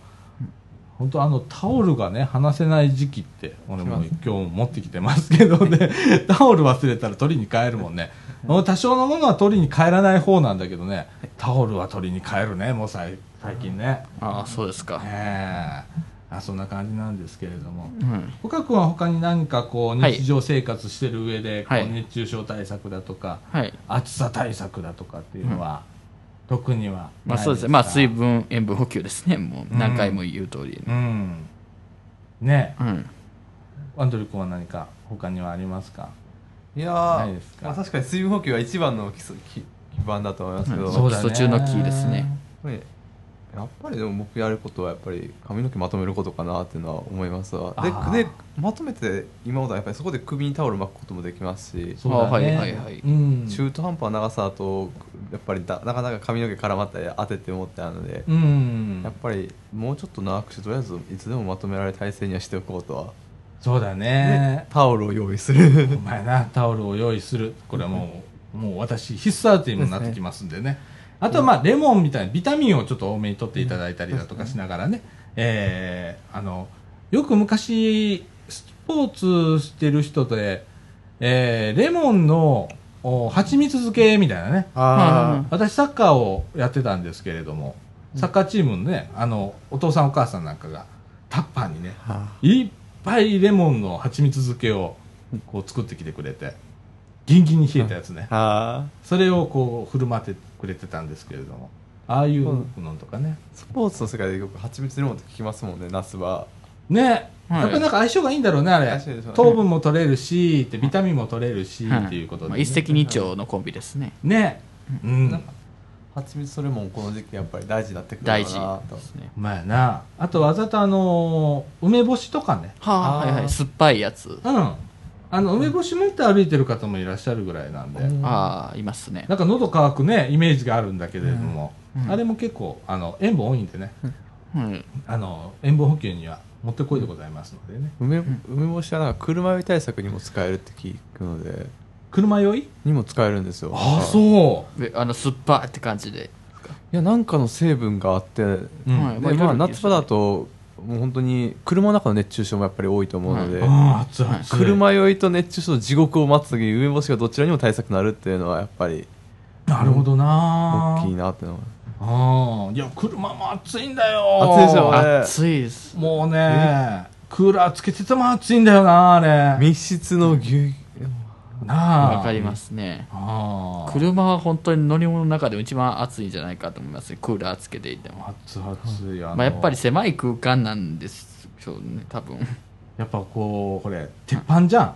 S1: 本当あのタオルがね離せない時期って俺も
S3: しま
S1: 今日持ってきてますけどねタオル忘れたら取りに帰るもんね多少のものは取りに帰らない方なんだけどねタオルは取りに帰るねもう最最近ね。
S2: ああそうですか、
S1: ええあそんな感じなんですけれども。
S2: うん、
S1: 岡君は他に何かこう
S2: はい
S1: 日常生活してる上でこ
S2: は
S1: う
S2: い
S1: 熱中症対策だとか
S2: はい
S1: 暑さ対策だとかっていうのは特には
S2: ま
S1: な
S2: あ
S1: い
S2: そうですね
S1: か
S2: まあ水分塩分補給ですねもう何回も言う通り、
S1: うんね
S2: うん
S1: アンドリュー君は何か他にはありますか
S3: いや
S1: ない
S3: ー
S1: ですか
S3: まあ、確かに水分補給は一番の基礎基基盤だと思いますけど、
S2: うん
S3: やっ
S2: そう基礎中のキーですね
S3: ぱりやっぱりでも僕やることはやっぱり髪の毛まとめることかなっていうのは思いますわ
S1: あー
S3: ででまとめて今まではやっぱりそこで首にタオル巻くこともできますし、
S1: そうだね
S2: あはいはいはい
S1: うん
S3: 中途半端な長さだとやっぱりだなかなか髪の毛絡まったり当てて思ってあるので、
S1: うん
S3: やっぱりもうちょっと長くしてとりあえずいつでもまとめられる体制にはしておこうとは、
S1: そうだね
S3: タオルを用意する
S1: お前なタオルを用意するこれはもうもう私必須アイテムになってきますんでねあとはまあレモンみたいなビタミンをちょっと多めに取っていただいたりだとかしながらね、えーあのよく昔スポーツしてる人で、えーレモンのお蜂蜜漬けみたいなね
S2: あ
S1: 私サッカーをやってたんですけれどもサッカーチームのねあのお父さんお母さんなんかがタッパーにねいっぱいレモンの蜂蜜漬けをこう作ってきてくれてギンギンに冷えたやつね
S3: あ
S1: それをこう振る舞ってくれてたんですけれどもああいうのとかね
S3: スポーツの世界でよく蜂蜜レモンって聞きますもんね夏場
S1: ね
S2: はい
S1: やっぱりなんか相性がいいんだろうねあれ
S3: 相性でしょうね
S1: 糖分も取れるしってビタミンも取れるし
S2: は
S1: っていうこと
S2: まあ、
S1: でね
S2: 一石二鳥のコンビですね
S1: ねうん
S3: 蜂蜜とレモンこの時期やっぱり大事になってくるのかなと
S2: ですね
S1: まあなあとわざとあの梅干しとかね
S2: はあ
S3: あー
S2: はいはい酸っぱいやつ
S1: うん。あの、梅干し持って歩いてる方もいらっしゃるぐらいなんで、
S3: うん
S2: ああいますね
S1: なんか喉乾くね、イメージがあるんだけれども、
S2: うんうん
S1: あれも結構、あの、塩分多いんでね、
S2: うん
S1: あの、塩分補給にはもってこいでございますのでね。
S3: 梅梅干しはなんか車酔い対策にも使えるって聞くので
S1: 車酔い
S3: にも使えるんですよう
S1: そ
S2: であの酸っぱいって感じで、
S3: いやなんかの成分があって、
S1: うん。
S2: はい
S3: で
S2: いろい
S3: ま
S2: ろ
S3: あ、夏場だともう本当に車の中の熱中症もやっぱり多いと思うので、
S1: うん、熱々、
S2: はい
S3: 車酔いと熱中症の地獄を待つ時梅干しがどちらにも対策になるっていうのはやっぱり
S1: なるほどな
S3: 大きいなっていうのは
S1: ああ。いや、車も暑いんだよ。
S3: 暑いでしょあれ
S2: 暑いです
S1: もうね、クーラーつけてても暑いんだよな、あれ。
S3: 密室のぎゅうぎゅう
S1: なあ。。
S2: わかりますすね
S1: ああ。
S2: 車は本当に乗り物の中でも一番暑いんじゃないかと思いますねクーラーつけていても
S1: 熱々やな。
S2: まあ、やっぱり狭い空間なんですよね多 分
S1: やっぱこう、これ、鉄板じゃん。
S2: ま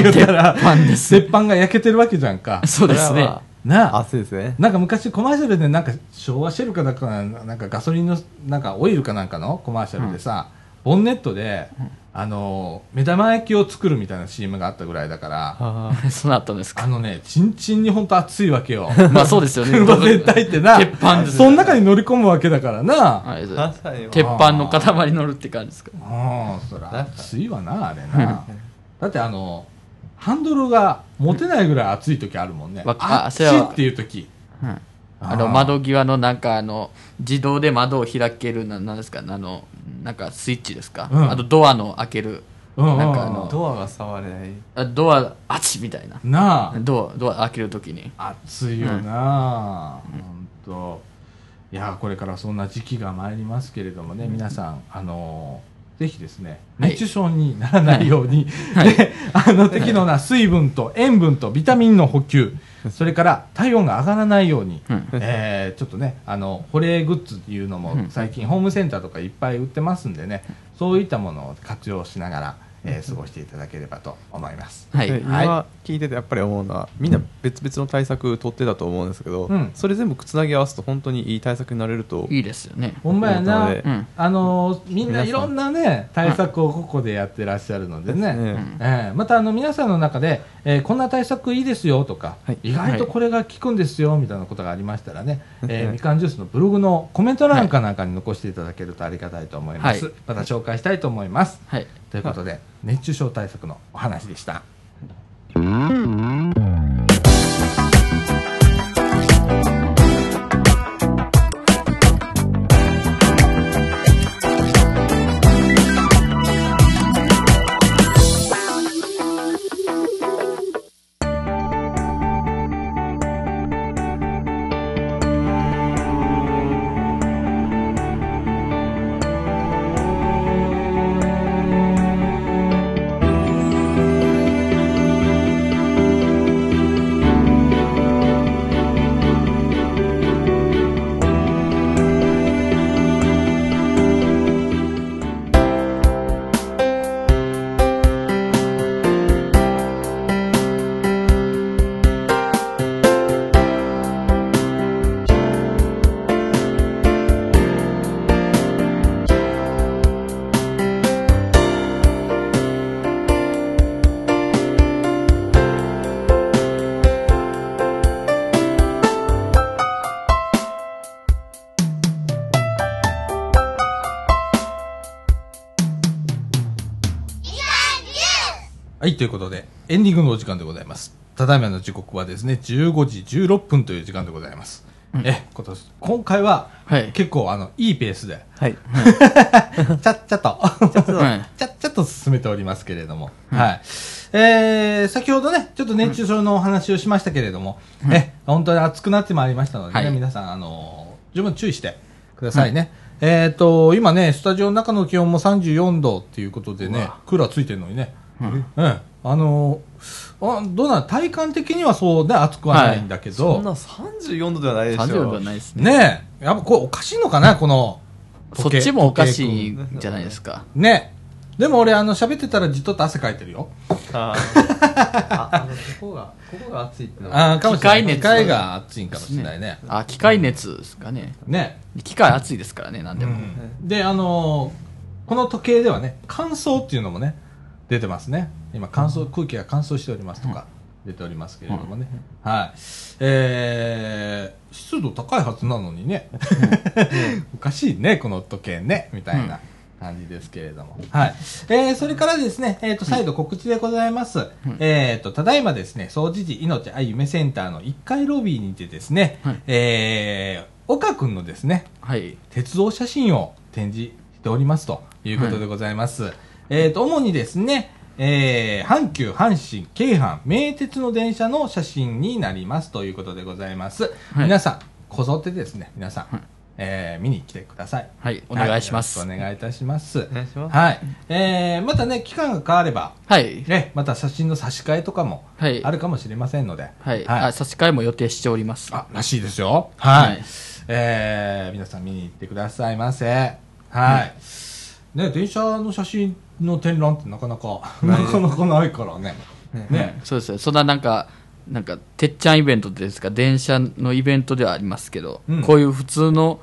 S1: 言うたら
S2: 鉄板です。
S1: 鉄板が焼けてるわけじゃんか
S2: そうです
S3: これ
S2: ね
S3: は
S1: なあ。
S3: 暑いですね
S1: なんか昔コマーシャルでなんか昭和シェルかなんかななんかガソリンのなんかオイルかなんかのコマーシャルでさ、ボンネットで、あの目玉焼きを作るみたいな CM があったぐらいだから
S3: あ
S2: そうなったんです
S1: あ
S2: か
S1: のねちんちんに本当熱いわけよ
S2: まあ そうです よね
S1: 車全体ってな
S2: 鉄板です
S1: その中に乗り込むわけだからな、
S2: はい
S3: ー確かに
S2: 鉄板の塊乗るって感じですか
S1: うんそら熱いわなあれな だってあのハンドルが持てないぐらい熱い時あるもんね、
S2: わか
S1: あ
S2: あ
S1: っ
S2: そ
S1: ち
S2: れは
S1: っていう時
S2: はいあ
S1: あー
S2: の窓際のなんかあの自動で窓を開けるななんですかあのなんかスイッチですか、
S1: うん
S2: あとドアの開ける
S1: うんうんうん
S2: なんかあの
S3: ドアが触れない
S2: あドアあっちみたいな
S1: な
S2: ドアドア開けるときに
S1: あ暑いよな、本当。ほんといやこれからそんな時期が参りますけれどもね、皆さんあのぜひですね
S2: はい
S1: 熱中症にならないように、
S2: はい
S1: で あの適度な水分と塩分とビタミンの補給それから体温が上がらないように、
S2: うん
S1: えーちょっとねあの保冷グッズっていうのも
S2: うん
S1: 最近ホームセンターとかいっぱい売ってますんでねそういったものを活用しながら、えー過ごしていただければと思います。
S2: はい、
S3: で今聞いててやっぱり思うのはみんな別々の対策取ってたと思うんですけど、
S1: うん
S3: それ全部つなぎ合わすと本当にいい対策になれると
S2: いいですよね
S1: ほんまやな、
S3: 思ったので
S2: うん
S1: あのーみんな
S3: 皆さん
S1: いろんなね対策をここでやってらっしゃるのでね、
S3: ね
S2: ん
S1: えーまたあの皆さんの中で、えーこんな対策いいですよとか、
S3: はい
S1: 意外とこれが効くんですよみたいなことがありましたらね、えー
S3: はい
S1: みかんジュースのブログのコメント欄かなんかに残していただけるとありがたいと思います、
S2: はい
S1: また紹介したいと思います
S2: はい
S1: ということで熱中症対策のお話でしたはい、ということで、エンディングのお時間でございます。ただいまの時刻はですね、15時16分という時間でございます。え、今年、今回は、
S2: はい
S1: 結構、あの、いいペースで、
S3: はい。
S1: ちゃっちゃと、ちゃっ
S2: はい
S1: ちゃっちゃと進めておりますけれども、はい。えー、先ほどね、ちょっと熱中症のお話をしましたけれども、え、本当に暑くなってまいりましたのでね、
S2: はい
S1: 皆さん、あのー十分注意してくださいね。えっ、と、今ね、スタジオの中の気温も34度っていうことでね、クーラーついてるのにね、うん、あのーあどうなん体感的にはそうね、暑くはないんだけど、
S3: そんな34度ではないでしょ。
S2: 30度はないですね
S1: ねえ、やっぱこれおかしいのかな、この、
S2: そっちもおかしい
S1: 時計
S2: んじゃないですか
S1: 君。ねでも俺、あの、喋ってたらじっとっと汗かいてるよ。
S3: あーああの、ここが、ここが暑いってのは。
S1: あーかもしれない。
S2: 機械熱
S1: 機械が熱いんかもしれないね。
S2: あ機械熱ですかね
S1: ね。
S2: 機械熱いですからね何でも、
S1: で、あのーこの時計ではね、乾燥っていうのもね、出てますね。今、乾燥、空気が乾燥しておりますとか、出ておりますけれどもね。はい。えー、湿度高いはずなのにね。 おかしいね、この時計ね、みたいな感じですけれども。はい。えー、それからですね、えっ、と、再度告知でございます。えっ、と、ただいまですね、総知事命愛夢センターの1階ロビーにてですね、
S2: はい
S1: えー、岡くんのですね、
S2: はい
S1: 鉄道写真を展示しておりますということでございます。えっ、と、主にですね、えー、阪急、阪神、京阪、名鉄の電車の写真になりますということでございます。
S2: はい
S1: 皆さん、こぞってですね、皆さん、
S2: はい
S1: えー見に来てください。
S2: はいお願いします
S1: はよろくお願いいたします。
S3: お願いします
S1: はい。えー、またね、期間が変われば、
S2: はい
S1: ね、また写真の差し替えとかも
S2: はい
S1: あるかもしれませんので、
S2: はい、あ差し替えも予定しております
S1: あ、らしいですよ。はい。
S2: はい
S1: えー皆さん見に行ってくださいませ。はい。ね、電車の写真の展覧ってなかなか、なかなかないからね。ね。
S2: そうですよそんななんかなんかてっちゃんイベントですか電車のイベントではありますけど、
S1: うん
S2: こういう普通の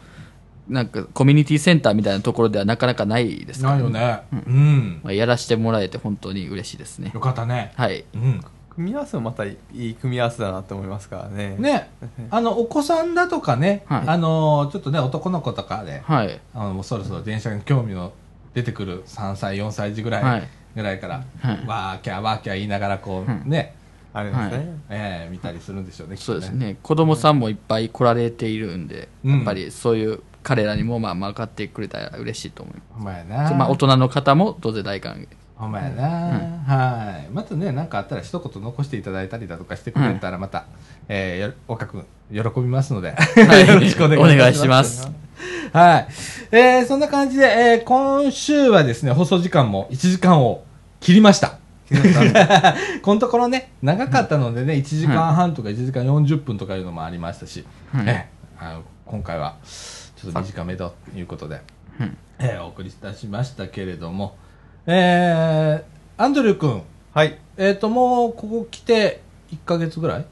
S2: なんかコミュニティセンターみたいなところではなかなかないですから
S1: ないよね。うん。
S2: まあ、やらせてもらえて本当に嬉しいですね
S1: よかったね。
S2: はい
S1: うん。
S3: 組み合わせもまたいい組み合わせだなって思いますからね。。
S1: ね、あの、お子さんだとかね、
S2: はい
S1: あのー、ちょっとね、男の子とかで、
S2: はい
S1: あの、もうそろそろ電車に興味の出てくる3歳、4歳児ぐらい、
S2: はい
S1: ぐらいから、
S2: はい
S1: わーキャーわーキャー言いながら、こう、
S2: うん
S1: ね、
S3: ありますね。
S1: えー見たりするんでしょうね、きっ
S2: そ
S1: と
S2: うですね子供さんもいっぱい来られているんで、
S1: うん
S2: やっぱりそういう彼らにもまあまあ分かってくれたら嬉しいと思いま
S1: ほんまや
S2: す、
S1: な。
S2: まあ、大人の方も当然大歓迎
S1: ほんまやな、はい。またね、なんかあったら一言残していただいたりだとかしてくれたら、また、えーよ、岡くん、喜びますので、
S2: い
S1: よろしくお願いします。
S2: お願いします
S1: はい。えー、そんな感じで、えー、今週はですね、放送時間も1時間を切りました。 このところね、長かったのでね、1時間半とか1時間40分とかいうのもありましたし、
S2: はい
S1: えーあの今回はちょっと短めということで、
S2: うん
S1: えーお送りいたしましたけれども、えー、アンドリュー君、
S3: はい。
S1: えっ、と、もうここ来て1ヶ月ぐらい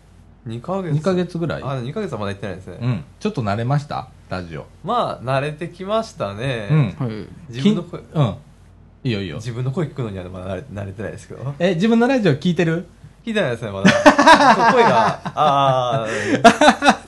S3: 2ヶ月。
S1: ?2 ヶ月ぐらい
S3: あ、2ヶ月はまだ行ってないですね。
S1: うん。ちょっと慣れましたラジオ。
S3: まあ、慣れてきましたね。
S1: うん。
S2: はい
S3: 自分の声、
S1: きんうん。いいよいいよ。
S3: 自分の声聞くのにはまだ慣れ慣れてないです けど。
S1: え、自分のラジオ聞いてる
S3: 聞いてないですね、まだ。そう声が、ああ、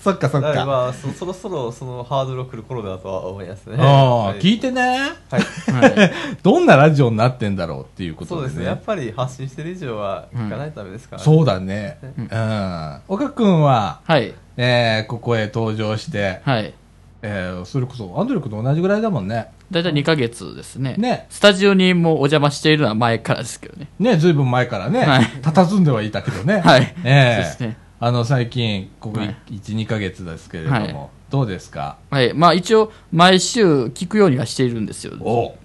S1: そっかそ
S3: だ
S1: っ
S3: か
S1: か。
S3: らまあそそろそろそのハードルをくる頃だとは思いますね。
S1: あ
S3: は
S1: あ、
S3: い
S1: 聞いてね。
S3: はい。
S2: はい、
S1: どんなラジオになってんだろうっていうこ
S3: そ
S1: と
S3: う
S1: で
S3: で
S1: ね。
S3: すね。やっぱり発信してる以上は聞かないとダメですから、ね
S1: そうだね。うん。岡くんは、
S2: はい
S1: えー、ここへ登場して、
S2: はい、
S1: えー、それこそアンドリュー君と同じぐらいだもんね。
S2: 大体2ヶ月ですね
S1: ね
S2: スタジオにもうお邪魔しているのは前からですけどね
S1: ね、ずいぶん前からね、
S2: はい
S1: 佇んではいたけどね。
S2: はい
S1: え
S2: そう
S1: ー、
S2: ですね
S1: あの、最近、ここ
S2: はい
S1: 1、2ヶ月ですけれども、
S2: はい
S1: どうですか
S2: はい。まあ一応、毎週聞くようにはしているんですよ。
S1: お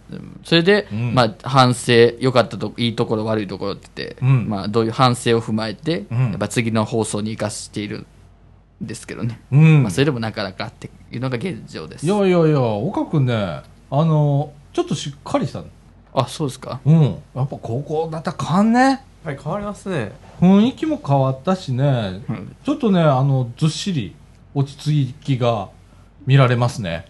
S2: それで、
S1: うん
S2: まあ反省、良かったとこ、いいところ、悪いところって言って、
S1: うん
S2: まあどういう反省を踏まえて、
S1: うん
S2: やっぱ次の放送に生かしているんですけどね。
S1: うん。
S2: まあそれでもなかなかっていうのが現状です
S1: い。やいやいや、岡くんね、あの、ちょっとしっかりしたの。
S2: あ、そうですか。
S1: うん。やっぱ高校だったら変わんね。
S3: やっぱり変わりますね。
S1: 雰囲気も変わったしね、
S2: うん
S1: ちょっとねあのずっしり落ち着きが見られますね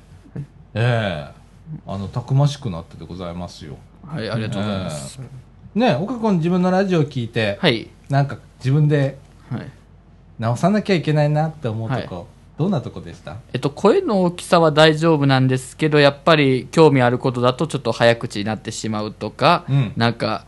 S1: ええあのたくましくなってでございますよ
S2: はい、ありがとうございます。
S1: ね岡君自分のラジオ聞いて、
S2: はい。
S1: なんか自分で
S2: はい。
S1: 直さなきゃいけないなって思うとこ、
S2: は
S1: どんなとこでした
S2: えっと、声の大きさは大丈夫なんですけど、やっぱり興味あることだとちょっと早口になってしまうとか、
S1: うん
S2: なんか、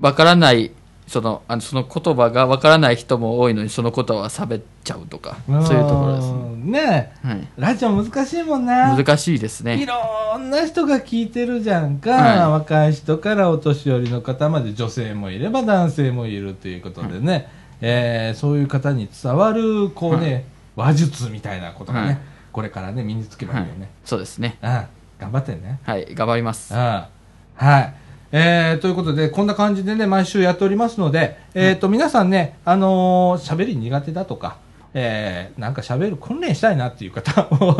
S2: わからない、その、あのその言葉がわからない人も多いのに、その言葉は喋っちゃうとか、そういうところですね。
S1: すねね
S2: はい。
S1: えラジオ難しいもんな
S2: 難しいです
S1: い
S2: ね。
S1: ろんな人が聞いてるじゃんか、
S2: はい
S1: 若い人からお年寄りの方まで女性もいれば男性もいるということでね、えーそういう方に伝わるこうね、話術みたいなことがね、
S2: はい
S1: これからね身につけば
S2: はい
S1: い
S2: い
S1: よね、。
S2: そうですね。
S1: うん頑張ってね
S2: はい。頑張ります。
S1: ああはい。えーということで、こんな感じでね、毎週やっておりますので、えーと、皆さんね、あのー喋り苦手だとか、えーなんか喋る訓練したいなって いう方も、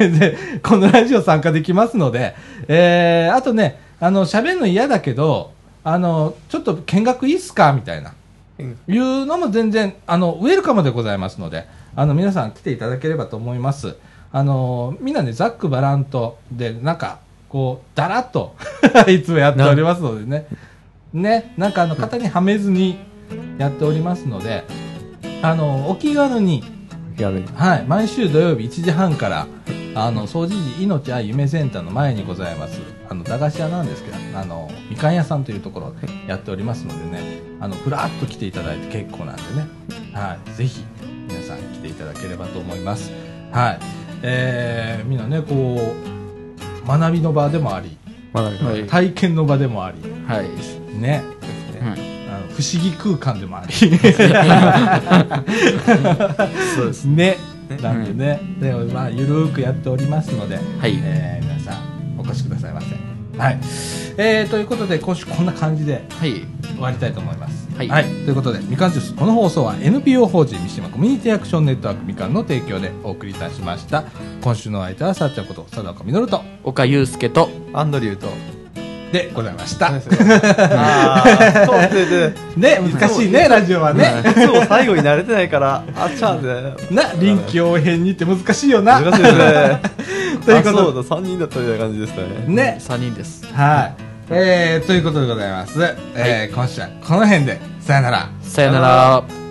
S1: で、このラジオ参加できますので、えーあとね、あの、喋るの嫌だけど、あの、ちょっと見学いいっすかみたいな。
S3: うん
S1: いうのも全然あのウェルカムでございますのであの皆さん来ていただければと思いますあのみんなねざっくばらんとでなんかこうだらっと いつもやっておりますのでねねなんかあの型にはめずにやっておりますのであのお気軽に、
S3: やる
S1: はい、毎週土曜日1時半からあの総除時命愛夢センターの前にございますあの駄菓子屋なんですけどあのみかん屋さんというところでやっておりますのでねあのふらっと来ていただいて結構なんでね、はい、ぜひ皆さん来ていただければと思いますはいえー、みんなねこう学びの場でもあり
S3: まだ
S2: はい
S1: 体験の場でもあり
S2: はい。
S1: ね
S3: ですね
S2: はい
S1: あの不思議空間でもあり
S3: そうです
S1: ねなんでね、でもまあゆるーくやっておりますので、
S2: はい
S1: えー皆さんお越しくださいませはい、えーということで今週こんな感じで
S2: はい。
S1: 終わりたいと思います
S2: はい
S1: ということでみかんジュースこの放送は NPO 法人三島コミュニティアクションネットワークみかんの提供でお送りいたしました今週のお相手はさっちゃんこと佐藤みのると
S2: 岡祐介と、
S3: アンドリュ ーと
S1: でございました
S3: ああそう ってて
S1: ね難しいねラジオはね、
S3: いつも最後に慣れてない からあちゃんで
S1: な臨機応変にって難しいよな
S3: 難しいですね
S1: ということで
S3: あそうだ3人だったみたいな感じでしたね
S1: ね
S2: 3人です。
S1: はい、えーということでございます、えー今週はこの辺でさよなら
S2: さよなら。